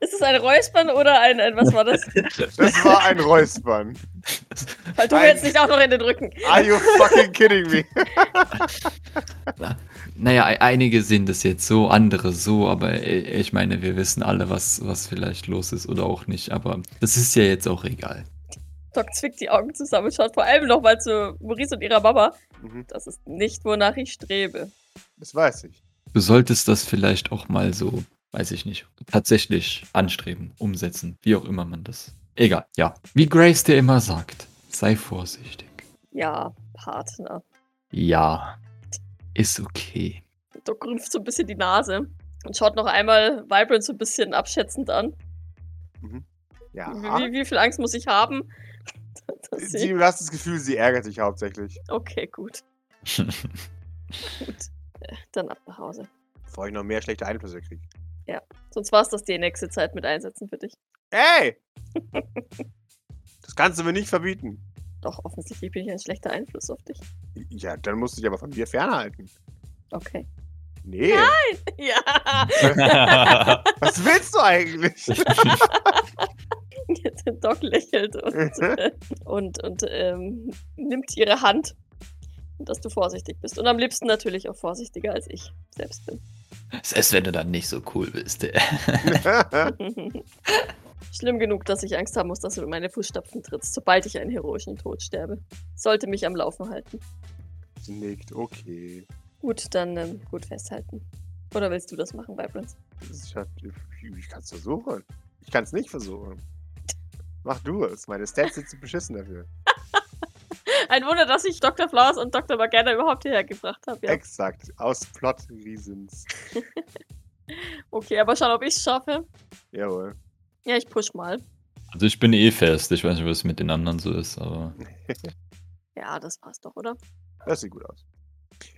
S3: Ist es ein Räuspern oder ein, ein was war das?
S4: Das war ein Räuspern.
S3: Weil du mir
S4: Ein-
S3: jetzt nicht auch noch in den Rücken.
S4: Are you fucking kidding me?
S5: Naja, ei- einige sehen das jetzt so, andere so, aber äh, ich meine, wir wissen alle, was, was vielleicht los ist oder auch nicht, aber das ist ja jetzt auch egal.
S3: Doc zwickt die Augen zusammen, schaut vor allem nochmal zu Maurice und ihrer Mama.
S4: Mhm,
S3: Das ist nicht, wonach ich strebe.
S4: Das weiß ich.
S5: Du solltest das vielleicht auch mal so, weiß ich nicht, tatsächlich anstreben, umsetzen, wie auch immer man das. Egal, ja. Wie Grace dir immer sagt, sei vorsichtig.
S3: Ja, Partner.
S5: Ja, ist okay.
S3: Doc rümpft so ein bisschen die Nase und schaut noch einmal Vibrant so ein bisschen abschätzend an.
S4: Ja.
S3: Wie, wie viel Angst muss ich haben? Dass
S4: Sie,
S3: sie-
S4: du hast das Gefühl, sie ärgert dich hauptsächlich.
S3: Okay, gut. gut. Äh, Dann ab nach Hause.
S4: Bevor ich noch mehr schlechte Einflüsse kriege.
S3: Sonst war es das die nächste Zeit mit Einsätzen für dich.
S4: Ey! Das kannst du mir nicht verbieten.
S3: Doch, offensichtlich bin ich ein schlechter Einfluss auf dich.
S4: Ja, dann musst du dich aber von mir fernhalten.
S3: Okay.
S4: Nee.
S3: Ja!
S4: Was willst du eigentlich?
S3: Der Doc lächelt und, äh, und, und ähm, nimmt ihre Hand, dass du vorsichtig bist. Und am liebsten natürlich auch vorsichtiger als ich selbst bin.
S5: Selbst wenn du dann nicht so cool bist.
S3: Schlimm genug, dass ich Angst haben muss, dass du in meine Fußstapfen trittst, sobald ich einen heroischen Tod sterbe. Sollte mich am Laufen halten.
S4: Sie nickt, okay.
S3: Gut, dann ähm, gut festhalten. Oder willst du das machen, Vibrance?
S4: Wissenschaftlich. Ich kann es versuchen. Ich kann es nicht versuchen. Mach du es. Meine Stats sind zu beschissen dafür.
S3: Ein Wunder, dass ich Dr. Flowers und Dr. Morgana überhaupt hierher gebracht habe. Ja.
S4: Exakt. Aus Plot-Reasons.
S3: Okay, aber schauen, ob ich es schaffe.
S4: Jawohl.
S3: Ja, ich push mal.
S5: Also ich bin eh fest. Ich weiß nicht, was mit den anderen so ist, aber
S3: Ja, das war's doch, oder?
S4: Das sieht gut aus.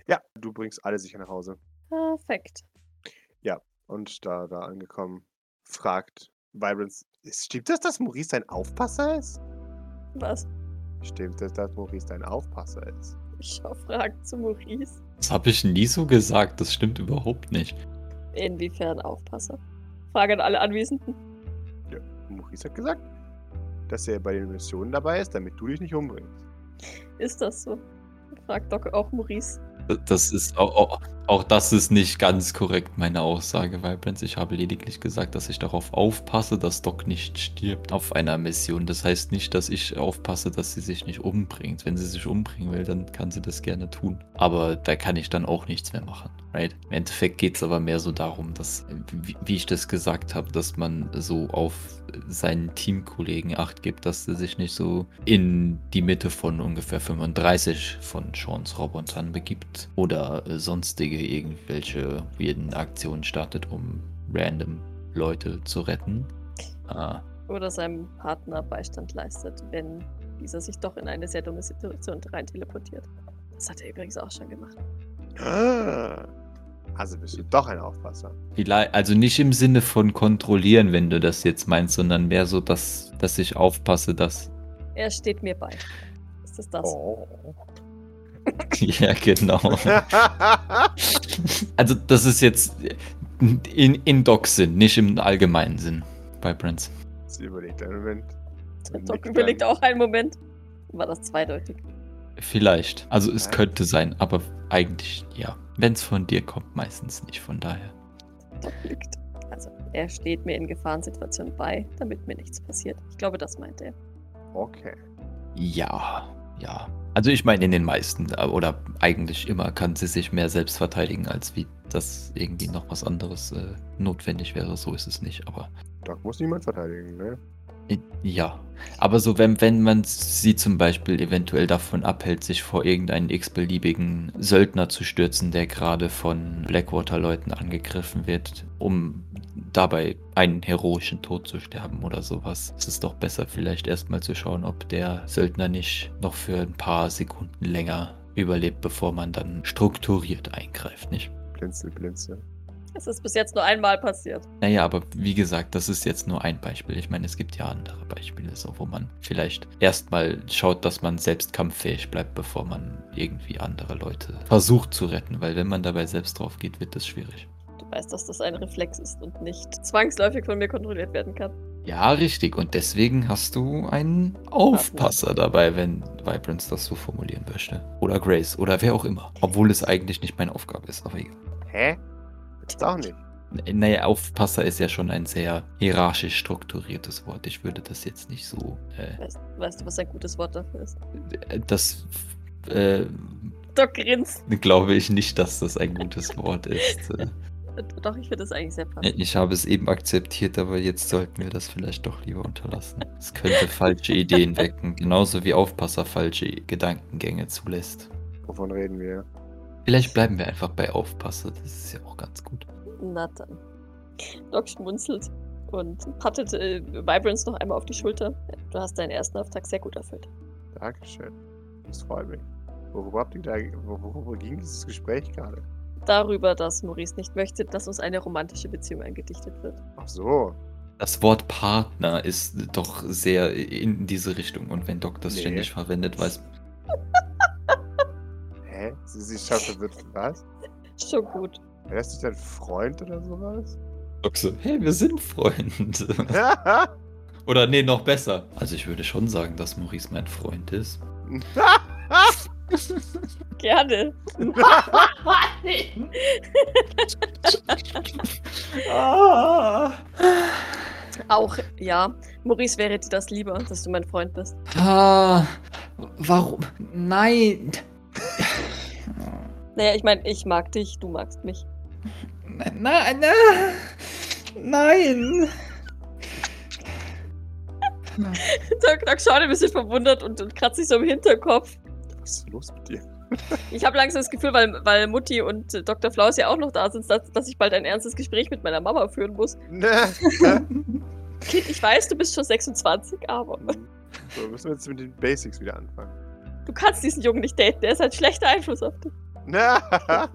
S4: Ja, du bringst alle sicher nach Hause.
S3: Perfekt.
S4: Und da, da angekommen, fragt Vibrance, stimmt das, dass Maurice dein Aufpasser ist?
S3: Was?
S4: Stimmt es, dass Maurice dein Aufpasser ist?
S3: Ich schau Fragen zu Maurice.
S5: das habe ich nie so gesagt. Das stimmt überhaupt nicht.
S3: Inwiefern Aufpasser? Frage an alle Anwesenden.
S4: Maurice hat gesagt, dass er bei den Missionen dabei ist, damit du dich nicht umbringst.
S3: Ist das so? Fragt Doc auch Maurice.
S5: Das ist auch, auch, auch das ist nicht ganz korrekt, meine Aussage, Vibrance. Ich habe lediglich gesagt, dass ich darauf aufpasse, dass Doc nicht stirbt auf einer Mission. Das heißt nicht, dass ich aufpasse, dass sie sich nicht umbringt. Wenn sie sich umbringen will, dann kann sie das gerne tun. Aber da kann ich dann auch nichts mehr machen. Right? Im Endeffekt geht es aber mehr so darum, dass, wie, wie ich das gesagt habe, dass man so auf seinen Teamkollegen Acht gibt, dass sie sich nicht so in die Mitte von ungefähr 35 von Sean's Robotern begibt oder äh, sonstige irgendwelche weirden Aktionen startet, um random Leute zu retten. Ah,
S3: Oder seinem Partner Beistand leistet, wenn dieser sich doch in eine sehr dumme Situation rein teleportiert. Das hat er übrigens auch schon gemacht.
S4: Also bist du doch ein Aufpasser.
S5: Vielleicht, also nicht im Sinne von kontrollieren, wenn du das jetzt meinst, sondern mehr so, dass, dass ich aufpasse, dass.
S3: Er steht mir bei. Ist das das?
S4: Oh.
S5: ja, genau. Also, das ist jetzt in, in Doc-Sinn, nicht im allgemeinen Sinn bei Prince.
S4: Sie überlegt einen Moment. und
S3: Doc
S4: nickt
S3: überlegt
S4: dann.
S3: auch einen Moment. War das zweideutig?
S5: Vielleicht. Also, es
S4: Nein.
S5: könnte sein, aber eigentlich ja. Wenn es von dir kommt, meistens nicht. Von daher.
S3: Doc lügt. Also, er steht mir in Gefahrensituationen bei, damit mir nichts passiert. Ich glaube, das meint er.
S4: Okay.
S5: Ja, ja. Also, ich meine, in den meisten äh, oder eigentlich immer kann sie sich mehr selbst verteidigen, als wie das irgendwie noch was anderes äh, notwendig wäre. So ist es nicht, aber.
S4: Doc muss niemand verteidigen, ne?
S5: Ja, aber so, wenn, wenn man sie zum Beispiel eventuell davon abhält, sich vor irgendeinen x-beliebigen Söldner zu stürzen, der gerade von Blackwater-Leuten angegriffen wird, um dabei einen heroischen Tod zu sterben oder sowas, ist es doch besser, vielleicht erstmal zu schauen, ob der Söldner nicht noch für ein paar Sekunden länger überlebt, bevor man dann strukturiert eingreift, nicht?
S4: Blinzel, blinzel.
S3: Es ist bis jetzt nur einmal passiert.
S5: Naja, aber wie gesagt, das ist jetzt nur ein Beispiel. Ich meine, es gibt ja andere Beispiele, so, wo man vielleicht erstmal schaut, dass man selbst kampffähig bleibt, bevor man irgendwie andere Leute versucht zu retten. Weil wenn man dabei selbst drauf geht, wird das schwierig.
S3: Du weißt, dass das ein Reflex ist und nicht zwangsläufig von mir kontrolliert werden kann.
S5: Ja, richtig. Und deswegen hast du einen Aufpasser dabei, wenn Vibrance das so formulieren möchte. Oder Grace oder wer auch immer. Obwohl es eigentlich nicht meine Aufgabe ist, aber egal.
S4: Hä? Ist auch nicht.
S5: N- Naja, Aufpasser ist ja schon ein sehr hierarchisch strukturiertes Wort. Ich würde das jetzt nicht so äh,
S3: Weißt, weißt du, was ein gutes Wort dafür ist?
S5: Das äh,
S3: Doc grinst.
S5: glaube ich nicht, dass das ein gutes Wort ist. Äh,
S3: Doch, ich finde das eigentlich sehr passend.
S5: Ich habe es eben akzeptiert, aber jetzt sollten wir das vielleicht doch lieber unterlassen. Es könnte falsche Ideen wecken, genauso wie Aufpasser falsche Gedankengänge zulässt.
S4: Wovon reden wir?
S5: Vielleicht bleiben wir einfach bei Aufpasser, das ist ja auch ganz gut.
S3: Na dann. Doc schmunzelt und pattet äh, Vibrance noch einmal auf die Schulter. Du hast deinen ersten Auftrag sehr gut erfüllt.
S4: Dankeschön. Das freut mich. Worüber, habt ihr da, wor- worüber ging dieses Gespräch gerade?
S3: Darüber, dass Maurice nicht möchte, dass uns eine romantische Beziehung angedichtet wird.
S4: Ach so.
S5: Das Wort Partner ist doch sehr in diese Richtung und wenn Doc das
S4: Nee.
S5: ständig verwendet, weiß
S4: Hä? Sie, sie schafft wird was?
S3: Schon gut.
S4: Wärst ist nicht dein Freund oder sowas?
S5: Doc so, hey, wir sind Freunde.
S4: Haha.
S5: Oder nee, noch besser. Also ich würde schon sagen, dass Maurice mein Freund ist.
S3: Gerne. Auch, ja. Maurice wäre dir das lieber, dass du mein Freund bist.
S5: Ah, warum? Nein.
S3: Naja, ich meine, ich mag dich, du magst mich.
S5: Nein, nein. Nein!
S3: Doc, Doc schaut ein bisschen verwundert und, und kratzt sich so im Hinterkopf.
S4: Was ist los mit dir?
S3: Ich habe langsam das Gefühl, weil, weil Mutti und äh, Dr. Flaus ja auch noch da sind, dass, dass ich bald ein ernstes Gespräch mit meiner Mama führen muss.
S4: Ne?
S3: Kind, ich weiß, du bist schon 26, aber
S4: so, müssen wir jetzt mit den Basics wieder anfangen.
S3: du kannst diesen Jungen nicht daten. Der ist ein schlechter Einfluss auf dich.
S4: Na,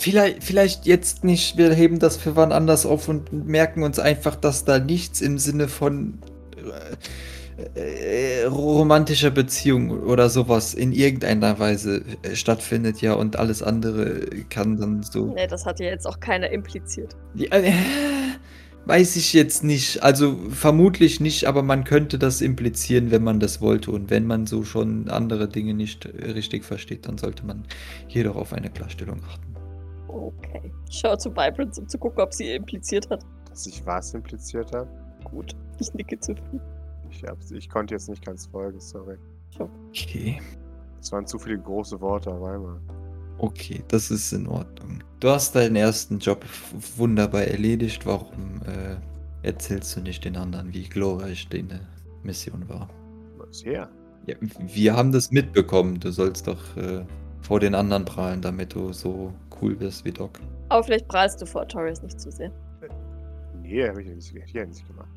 S5: Vielleicht, vielleicht jetzt nicht. Wir heben das für wann anders auf und merken uns einfach, dass da nichts im Sinne von äh, äh, romantischer Beziehung oder sowas in irgendeiner Weise äh, stattfindet, ja. Und alles andere kann dann so.
S3: Nee, das hat ja jetzt auch keiner impliziert.
S5: Ja, äh, weiß ich jetzt nicht. Also vermutlich nicht, aber man könnte das implizieren, wenn man das wollte. Und wenn man so schon andere Dinge nicht äh, richtig versteht, dann sollte man hier doch auf eine Klarstellung achten.
S3: Okay. Ich schaue zu Vibrance, um zu gucken, ob sie impliziert hat.
S4: dass ich was impliziert habe.
S3: Gut. Ich nicke zufrieden.
S4: Ich, hab's- ich konnte jetzt nicht ganz folgen, sorry.
S5: Okay.
S4: Es waren zu viele große Worte auf einmal.
S5: Okay, das ist in Ordnung. Du hast deinen ersten Job f- wunderbar erledigt. Warum äh, erzählst du nicht den anderen, wie glorreich deine Mission war?
S4: Was her?
S5: Ja, wir haben das mitbekommen. Du sollst doch äh, vor den anderen prahlen, damit du so cool wirst wie Doc.
S3: Aber vielleicht prahlst du vor Torres nicht zu sehr.
S4: Nee, habe ich ja nicht, hier nicht gemacht.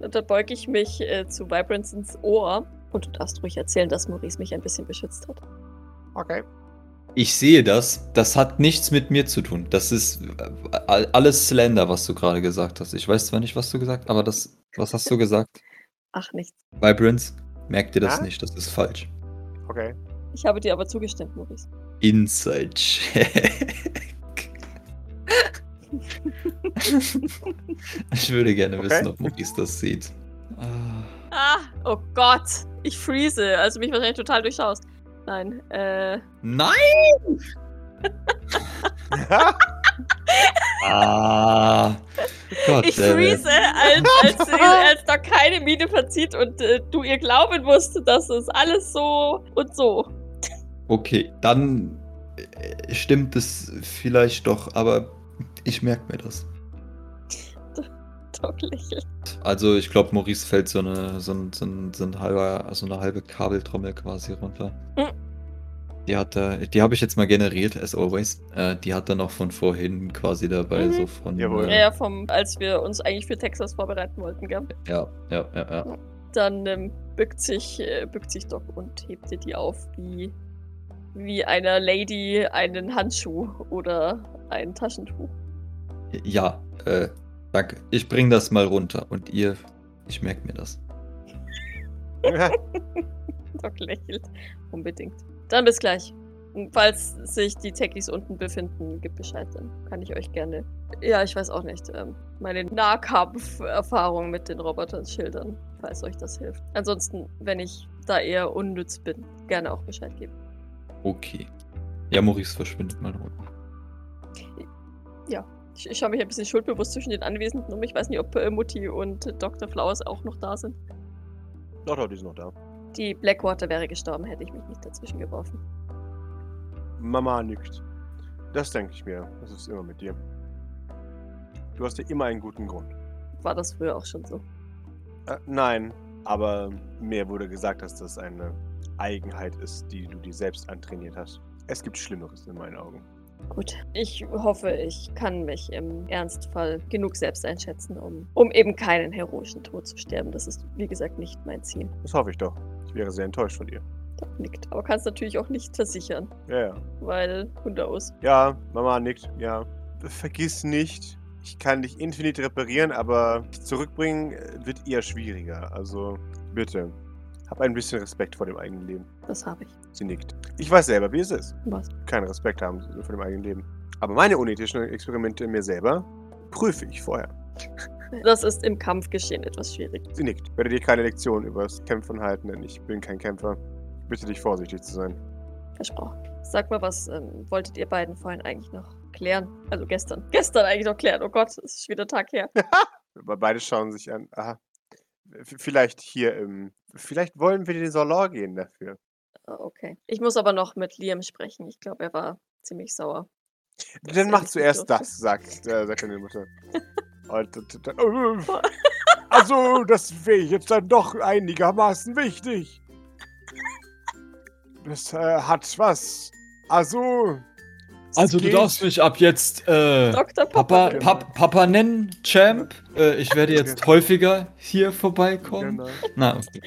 S3: Und dann beuge ich mich äh, zu Vibrance ins Ohr. Und du darfst ruhig erzählen, dass Maurice mich ein bisschen beschützt hat.
S4: Okay.
S5: Ich sehe das. Das hat nichts mit mir zu tun. Das ist äh, all- alles Slender, was du gerade gesagt hast. Ich weiß zwar nicht, was du gesagt hast, aber das, was hast du gesagt?
S3: Ach, nichts.
S5: Vibrance, merk dir das
S4: Ja?
S5: nicht. Das ist falsch.
S4: Okay.
S3: Ich habe dir aber zugestimmt, Maurice.
S5: Inside-Check. ich würde gerne
S4: Okay.
S5: wissen, ob Maurice das sieht. Ah,
S3: Ah, oh Gott. Ich freeze, also mich wahrscheinlich total durchschaust. Nein, äh,
S5: Nein! ah, Gott, äh.
S3: ich
S5: damn it.
S3: freeze, als, als, als da keine Miene verzieht und äh, du ihr glauben musst, dass es alles so und so.
S5: Okay, dann äh, stimmt es vielleicht doch, aber ich merke mir das.
S3: Doc lächelt.
S5: Also ich glaube, Maurice fällt so eine, so, ein, so, ein, so, ein halber, so eine halbe Kabeltrommel quasi runter.
S3: Mhm.
S5: Die hat er, die habe ich jetzt mal generiert, as always. Äh, die hat er noch von vorhin quasi dabei,
S3: Mhm.
S5: so von. äh,
S4: Jawohl.
S3: Ja, ja, vom, als wir uns eigentlich für Texas vorbereiten wollten, gell?
S5: ja, ja, ja, ja.
S3: Dann ähm, bückt, sich, äh, bückt sich Doc und hebt dir die auf, wie, wie einer Lady einen Handschuh oder ein Taschentuch.
S5: Ja, äh, danke. Ich bring das mal runter und ihr, ich merke mir das.
S3: Doc lächelt. Unbedingt. Dann bis gleich. Und Falls sich die Techies unten befinden, gibt Bescheid, dann kann ich euch gerne. Ja, ich weiß auch nicht. Ähm, meine Nahkampferfahrung mit den Robotern schildern, falls euch das hilft. Ansonsten, wenn ich da eher unnütz bin, gerne auch Bescheid geben.
S5: Okay. Ja, Maurice verschwindet mal runter.
S3: Ich, ich schaue mich ein bisschen schuldbewusst zwischen den Anwesenden um. Ich weiß nicht, ob äh, Mutti und äh, Dr. Flowers auch noch da sind.
S4: Doch, doch, die ist noch da.
S3: Die Blackwater wäre gestorben, hätte ich mich nicht dazwischen geworfen.
S4: Mama nickt. Das denke ich mir. Das ist immer mit dir. Du hast ja immer einen guten Grund.
S3: War das früher auch schon so?
S4: Äh, nein, aber mir wurde gesagt, dass das eine Eigenheit ist, die du dir selbst antrainiert hast. Es gibt Schlimmeres in meinen Augen.
S3: Gut, ich hoffe, ich kann mich im Ernstfall genug selbst einschätzen, um, um eben keinen heroischen Tod zu sterben. Das ist, wie gesagt, nicht mein Ziel.
S4: Das hoffe ich doch. Ich wäre sehr enttäuscht von dir.
S3: Doc nickt. Aber kannst natürlich auch nicht versichern,
S4: Ja, ja.
S3: weil Hunde aus.
S4: Ja, Mama nickt, ja. Vergiss nicht, ich kann dich infinit reparieren, aber dich zurückbringen äh, wird eher schwieriger. Also bitte, hab ein bisschen Respekt vor dem eigenen Leben.
S3: Das habe ich.
S4: Sie nickt. Ich weiß selber, wie es ist.
S3: Was?
S4: Keinen Respekt haben vor dem eigenen Leben. Aber meine unethischen Experimente in mir selber prüfe ich vorher.
S3: Das ist im Kampfgeschehen etwas schwierig.
S4: Sie nickt. Werde dir keine Lektion über das Kämpfen halten, denn ich bin kein Kämpfer. Bitte dich vorsichtig zu sein.
S3: Versprochen. Sag mal, was ähm, wolltet ihr beiden vorhin eigentlich noch klären? Also gestern. Gestern eigentlich noch klären. Oh Gott, es ist schon wieder Tag her.
S4: Aber Beide schauen sich an. Aha. V- Vielleicht hier im. Vielleicht wollen wir in den Salon gehen dafür.
S3: Ah, okay. Ich muss aber noch mit Liam sprechen. Ich glaube, er war ziemlich sauer.
S4: Dann
S3: er
S4: mach
S3: nicht
S4: zuerst
S3: durfte.
S4: das, sagt, äh, sagt deine Mutter. Und, und, und, äh, also, das wäre jetzt dann doch einigermaßen wichtig. Das äh, hat was. Also. es
S2: Also du
S4: geht-
S2: darfst mich ab jetzt äh,
S3: Dr. Papa.
S2: Papa,
S4: Genau.
S2: Pap Papa nennen, Champ. Äh, ich werde jetzt häufiger hier vorbeikommen.
S4: Genau.
S5: Na, okay.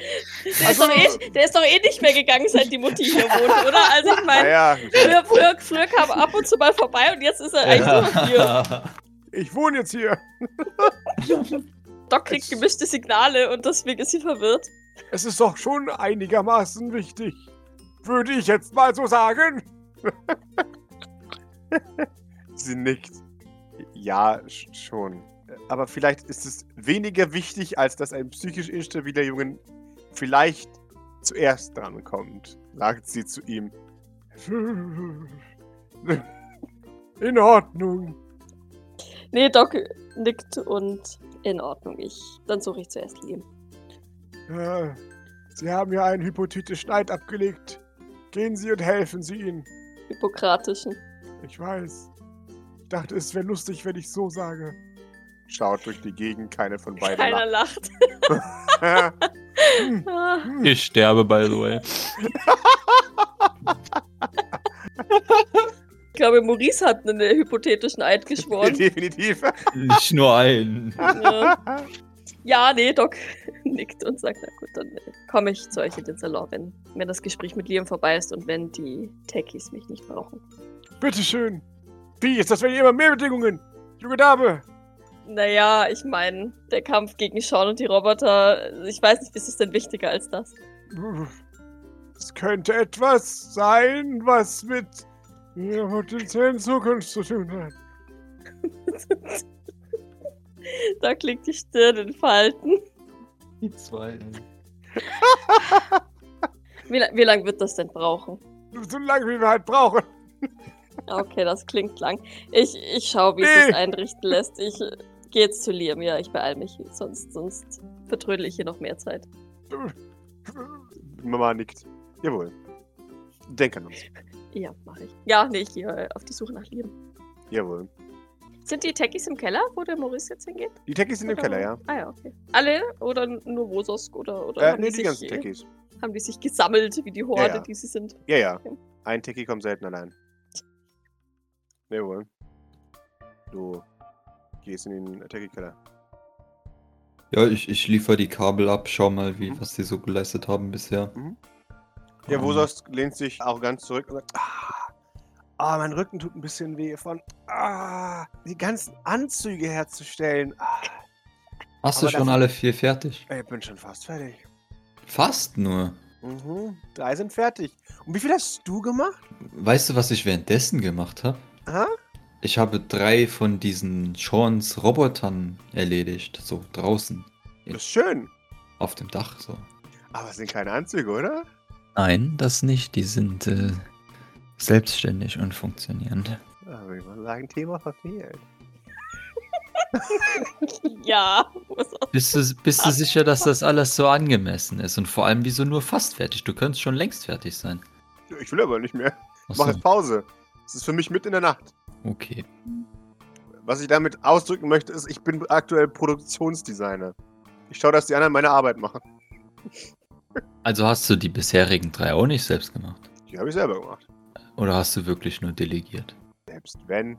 S3: Der, ist
S4: Also
S3: doch eh, der ist doch eh nicht mehr gegangen, seit die Mutti hier wohnt, oder? Also ich meine,
S4: Naja,
S3: früher, früher, früher kam er ab und zu mal vorbei und jetzt ist er eigentlich nur noch Also hier.
S4: ich wohne jetzt hier.
S3: Doc kriegt gemischte Signale und deswegen ist sie verwirrt.
S4: Es ist doch schon einigermaßen wichtig. Würde ich jetzt mal so sagen. Sie nickt. Ja, sch- schon. Aber vielleicht ist es weniger wichtig, als dass ein psychisch instabiler Junge vielleicht zuerst drankommt, sagt sie zu ihm. In Ordnung.
S3: Nee, Doc nickt und in Ordnung. Ich, dann suche ich zuerst Liam.
S4: Äh, Sie haben ja einen hypothetischen Eid abgelegt. Gehen Sie und helfen Sie ihm.
S3: Hippokratischen.
S4: Ich weiß. Ich dachte, es wäre lustig, wenn ich so sage. Schaut durch die Gegend, keine von beiden.
S3: Keiner lacht.
S4: lacht. Hm.
S3: Ah,
S5: Ich sterbe, by the way.
S3: Ich glaube, Maurice hat einen äh, hypothetischen Eid geschworen.
S4: Definitiv.
S5: Nicht nur ein.
S3: ja. ja, nee, Doc nickt und sagt, na gut, dann komme ich zu euch in den Salon, wenn, wenn das Gespräch mit Liam vorbei ist und wenn die Techies mich nicht brauchen.
S4: Bitteschön. Wie ist das, wenn ihr immer mehr Bedingungen? Junge Dame.
S3: Naja, ich meine, der Kampf gegen Sean und die Roboter, ich weiß nicht, was ist denn wichtiger als das?
S4: Es könnte etwas sein, was mit ihrer potenziellen Zukunft zu tun hat.
S3: Da liegt die Stirn in Falten.
S5: Die zwei.
S3: Wie, la- wie lange wird das denn brauchen?
S4: So lange, wie wir halt brauchen.
S3: Ah, Okay, das klingt lang. Ich, ich schaue, wie es
S4: Nee.
S3: sich einrichten lässt. Ich äh, gehe jetzt zu Liam, ja, ich beeile mich, sonst, sonst vertrödel ich hier noch mehr Zeit.
S4: Mama nickt. Jawohl. Denk an uns.
S3: Ja, mache ich. Ja, nee, ich gehe äh, auf die Suche nach Liam.
S4: Jawohl.
S3: Sind die Techies im Keller, wo der Maurice jetzt hingeht?
S4: Die Techies sind im
S3: Oder-
S4: Keller, ja?
S3: Ah ja, okay. Alle oder nur Rososk oder, oder
S4: Äh,
S3: haben,
S4: nee,
S3: die
S4: die ganzen
S3: sich, äh,
S4: Techies.
S3: haben die sich gesammelt, wie die Horde,
S4: ja.
S3: die sie sind?
S4: Ja, ja.
S3: Okay.
S4: Ein Techie kommt selten allein. Jawohl. Du gehst in den Techie-Keller.
S5: Ja, ich, ich liefere die Kabel ab, schau mal, wie, was die so geleistet haben bisher.
S4: Mhm.
S5: Ähm,
S4: Ja, Wosos lehnt sich arrogant zurück und sagt, ah, ah, mein Rücken tut ein bisschen weh von, ah, die ganzen Anzüge herzustellen. Ah,
S5: Hast du
S4: aber
S5: schon
S4: das-
S5: alle vier fertig?
S4: ich bin schon fast fertig.
S5: Fast nur.
S4: Mhm, drei sind fertig. Und wie viel hast du gemacht?
S5: Weißt du, was ich währenddessen gemacht habe?
S4: Hä?
S5: Ich habe drei von diesen Sean's Robotern erledigt. So draußen.
S4: Das ist schön.
S5: Auf dem Dach so.
S4: Aber es sind keine Anzüge, oder?
S5: Nein, das nicht. Die sind äh, selbstständig und funktionierend.
S4: Ah, würde ich mal sagen, Thema verfehlt.
S3: ja, Rososk.
S5: Bist du, bist du sicher, dass das alles so angemessen ist? Und vor allem, wieso nur fast fertig? Du könntest schon längst fertig sein.
S4: Ich will aber nicht mehr.
S5: Ach
S4: Mach
S5: so,
S4: jetzt Pause. Es ist für mich mitten in der Nacht.
S5: Okay.
S4: Was ich damit ausdrücken möchte, ist, ich bin aktuell Produktionsdesigner. Ich schaue, dass die anderen meine Arbeit machen.
S5: Also hast du die bisherigen drei auch nicht selbst gemacht?
S4: Die habe ich selber gemacht.
S5: Oder hast du wirklich nur delegiert?
S4: Selbst wenn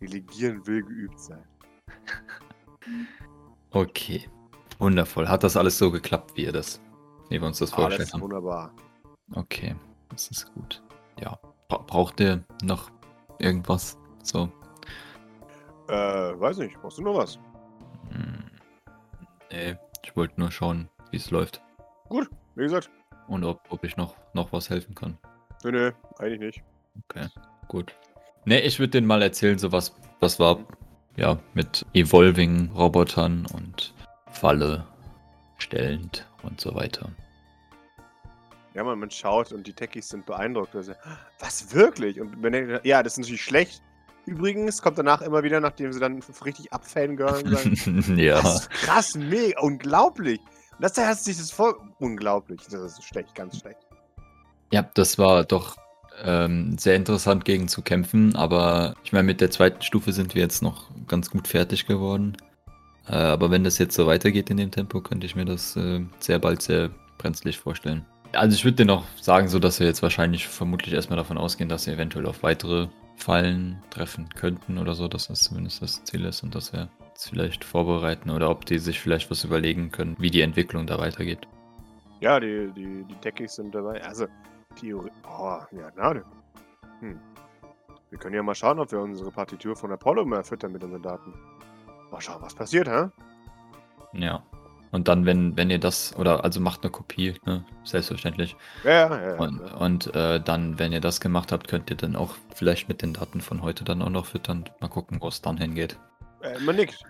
S4: Delegieren will geübt sein.
S5: Okay. Wundervoll. Hat das alles so geklappt, wie ihr das, wie wir uns das
S4: Aber das
S5: vorgestellt
S4: ist
S5: haben?
S4: wunderbar.
S5: Okay. Das ist gut. Ja. Bra braucht ihr noch irgendwas? So.
S4: Äh, weiß nicht, brauchst du noch was?
S5: Hm. Nee. Ich wollte nur schauen, wie es läuft.
S4: Wie gesagt,
S5: Und ob, ob ich noch, noch was helfen kann.
S4: nö, nö, eigentlich nicht.
S5: Okay, gut. Ne, ich würde denen mal erzählen, so was, was war ja mit Evolving Robotern und Falle stellend und so weiter.
S4: Ja, man, man schaut und die Techies sind beeindruckt. Also, was wirklich? Und man denkt, ja, das ist natürlich schlecht. Übrigens kommt danach immer wieder, nachdem sie dann richtig abfällen gehören, sagen,
S5: ja.
S4: Das ist krass, mega, unglaublich. Und das hat sich das voll. Unglaublich. Das ist schlecht, ganz schlecht.
S5: ja, das war doch ähm, sehr interessant gegen zu kämpfen, aber ich meine, mit der zweiten Stufe sind wir jetzt noch ganz gut fertig geworden. Äh, aber wenn das jetzt so weitergeht in dem Tempo, könnte ich mir das äh, sehr bald sehr brenzlig vorstellen. Also ich würde dir noch sagen, so dass wir jetzt wahrscheinlich vermutlich erstmal davon ausgehen, dass wir eventuell auf weitere Fallen treffen könnten oder so, dass das zumindest das Ziel ist und dass wir es vielleicht vorbereiten oder ob die sich vielleicht was überlegen können, wie die Entwicklung da weitergeht.
S4: Ja, die, die, die Deckis sind dabei. Also, Theorie. Oh, ja, na, du. Hm. Wir können ja mal schauen, ob wir unsere Partitur von Apollo mal füttern mit unseren Daten. Mal schauen, was passiert, hä?
S5: Ja. Und dann, wenn, wenn ihr das, oder also macht eine Kopie, ne? Selbstverständlich.
S4: Ja, ja, ja.
S5: Und,
S4: ja.
S5: und äh, dann, wenn ihr das gemacht habt, könnt ihr dann auch vielleicht mit den Daten von heute dann auch noch füttern. Mal gucken, wo es dann hingeht.
S4: Äh, man nickt.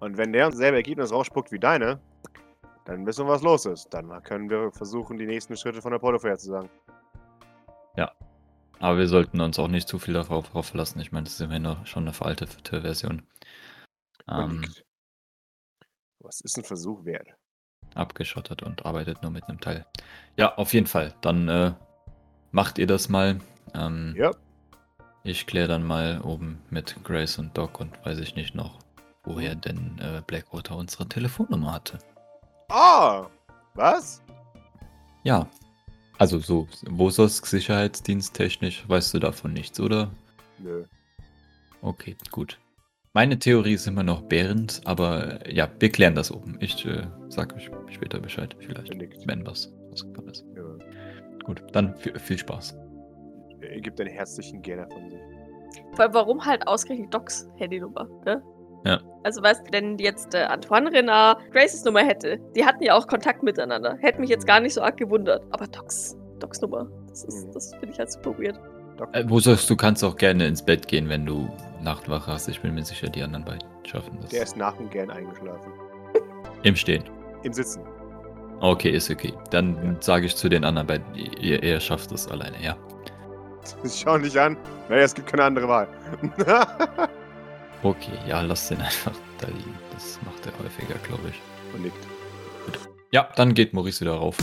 S4: Und wenn der selbe Ergebnis rausspuckt wie deine, dann wissen wir, was los ist. Dann können wir versuchen, die nächsten Schritte von Apollo vorherzusagen.
S5: Aber wir sollten uns auch nicht zu viel darauf, darauf verlassen. Ich meine, das ist immerhin noch schon eine veraltete Version.
S4: Man
S5: Ähm,
S4: nickt. Was ist ein Versuch wert?
S5: abgeschottet und arbeitet nur mit einem Teil. Ja, auf jeden Fall. Dann äh, macht ihr das mal. Ähm,
S4: Ja.
S5: Ich kläre dann mal oben mit Grace und Doc und weiß ich nicht noch, woher denn äh, Blackwater unsere Telefonnummer hatte.
S4: Ah! Was?
S5: Ja. Also so, Wososk Sicherheitsdienst technisch weißt du davon nichts, oder?
S4: Nö.
S5: Okay, gut. Meine Theorie ist immer noch Behrens, aber äh, ja, wir klären das oben. Ich äh, sag euch später Bescheid, vielleicht,
S4: Man nickt.
S5: wenn was rausgekommen ist.
S4: Ja.
S5: Gut, dann viel, viel Spaß.
S4: Er gibt einen herzlichen Gerner von sich.
S3: Vor allem, warum halt ausgerechnet Docs Handynummer, ne?
S5: Ja.
S3: Also, weißt du, wenn jetzt äh, Antoine Renard Graces Nummer hätte, die hatten ja auch Kontakt miteinander. Hätte mich jetzt gar nicht so arg gewundert. Aber Docs, Docs Nummer, das ist,
S4: Mhm.
S3: das finde ich halt super weird.
S5: Äh, Wososk, du kannst auch gerne ins Bett gehen, wenn du Nachtwache hast. Ich bin mir sicher, die anderen beiden schaffen das.
S4: Der ist nach dem Gern eingeschlafen.
S5: Im Stehen.
S4: Im Sitzen.
S5: Okay, ist okay. Dann sage ich zu den anderen beiden, ihr, ihr schafft es alleine, ja.
S4: Schau nicht an. Naja, es gibt keine andere Wahl.
S5: Okay, ja, lass den einfach da liegen. Das macht er häufiger, glaube ich.
S4: Und nickt.
S5: Ja, dann geht Maurice wieder rauf.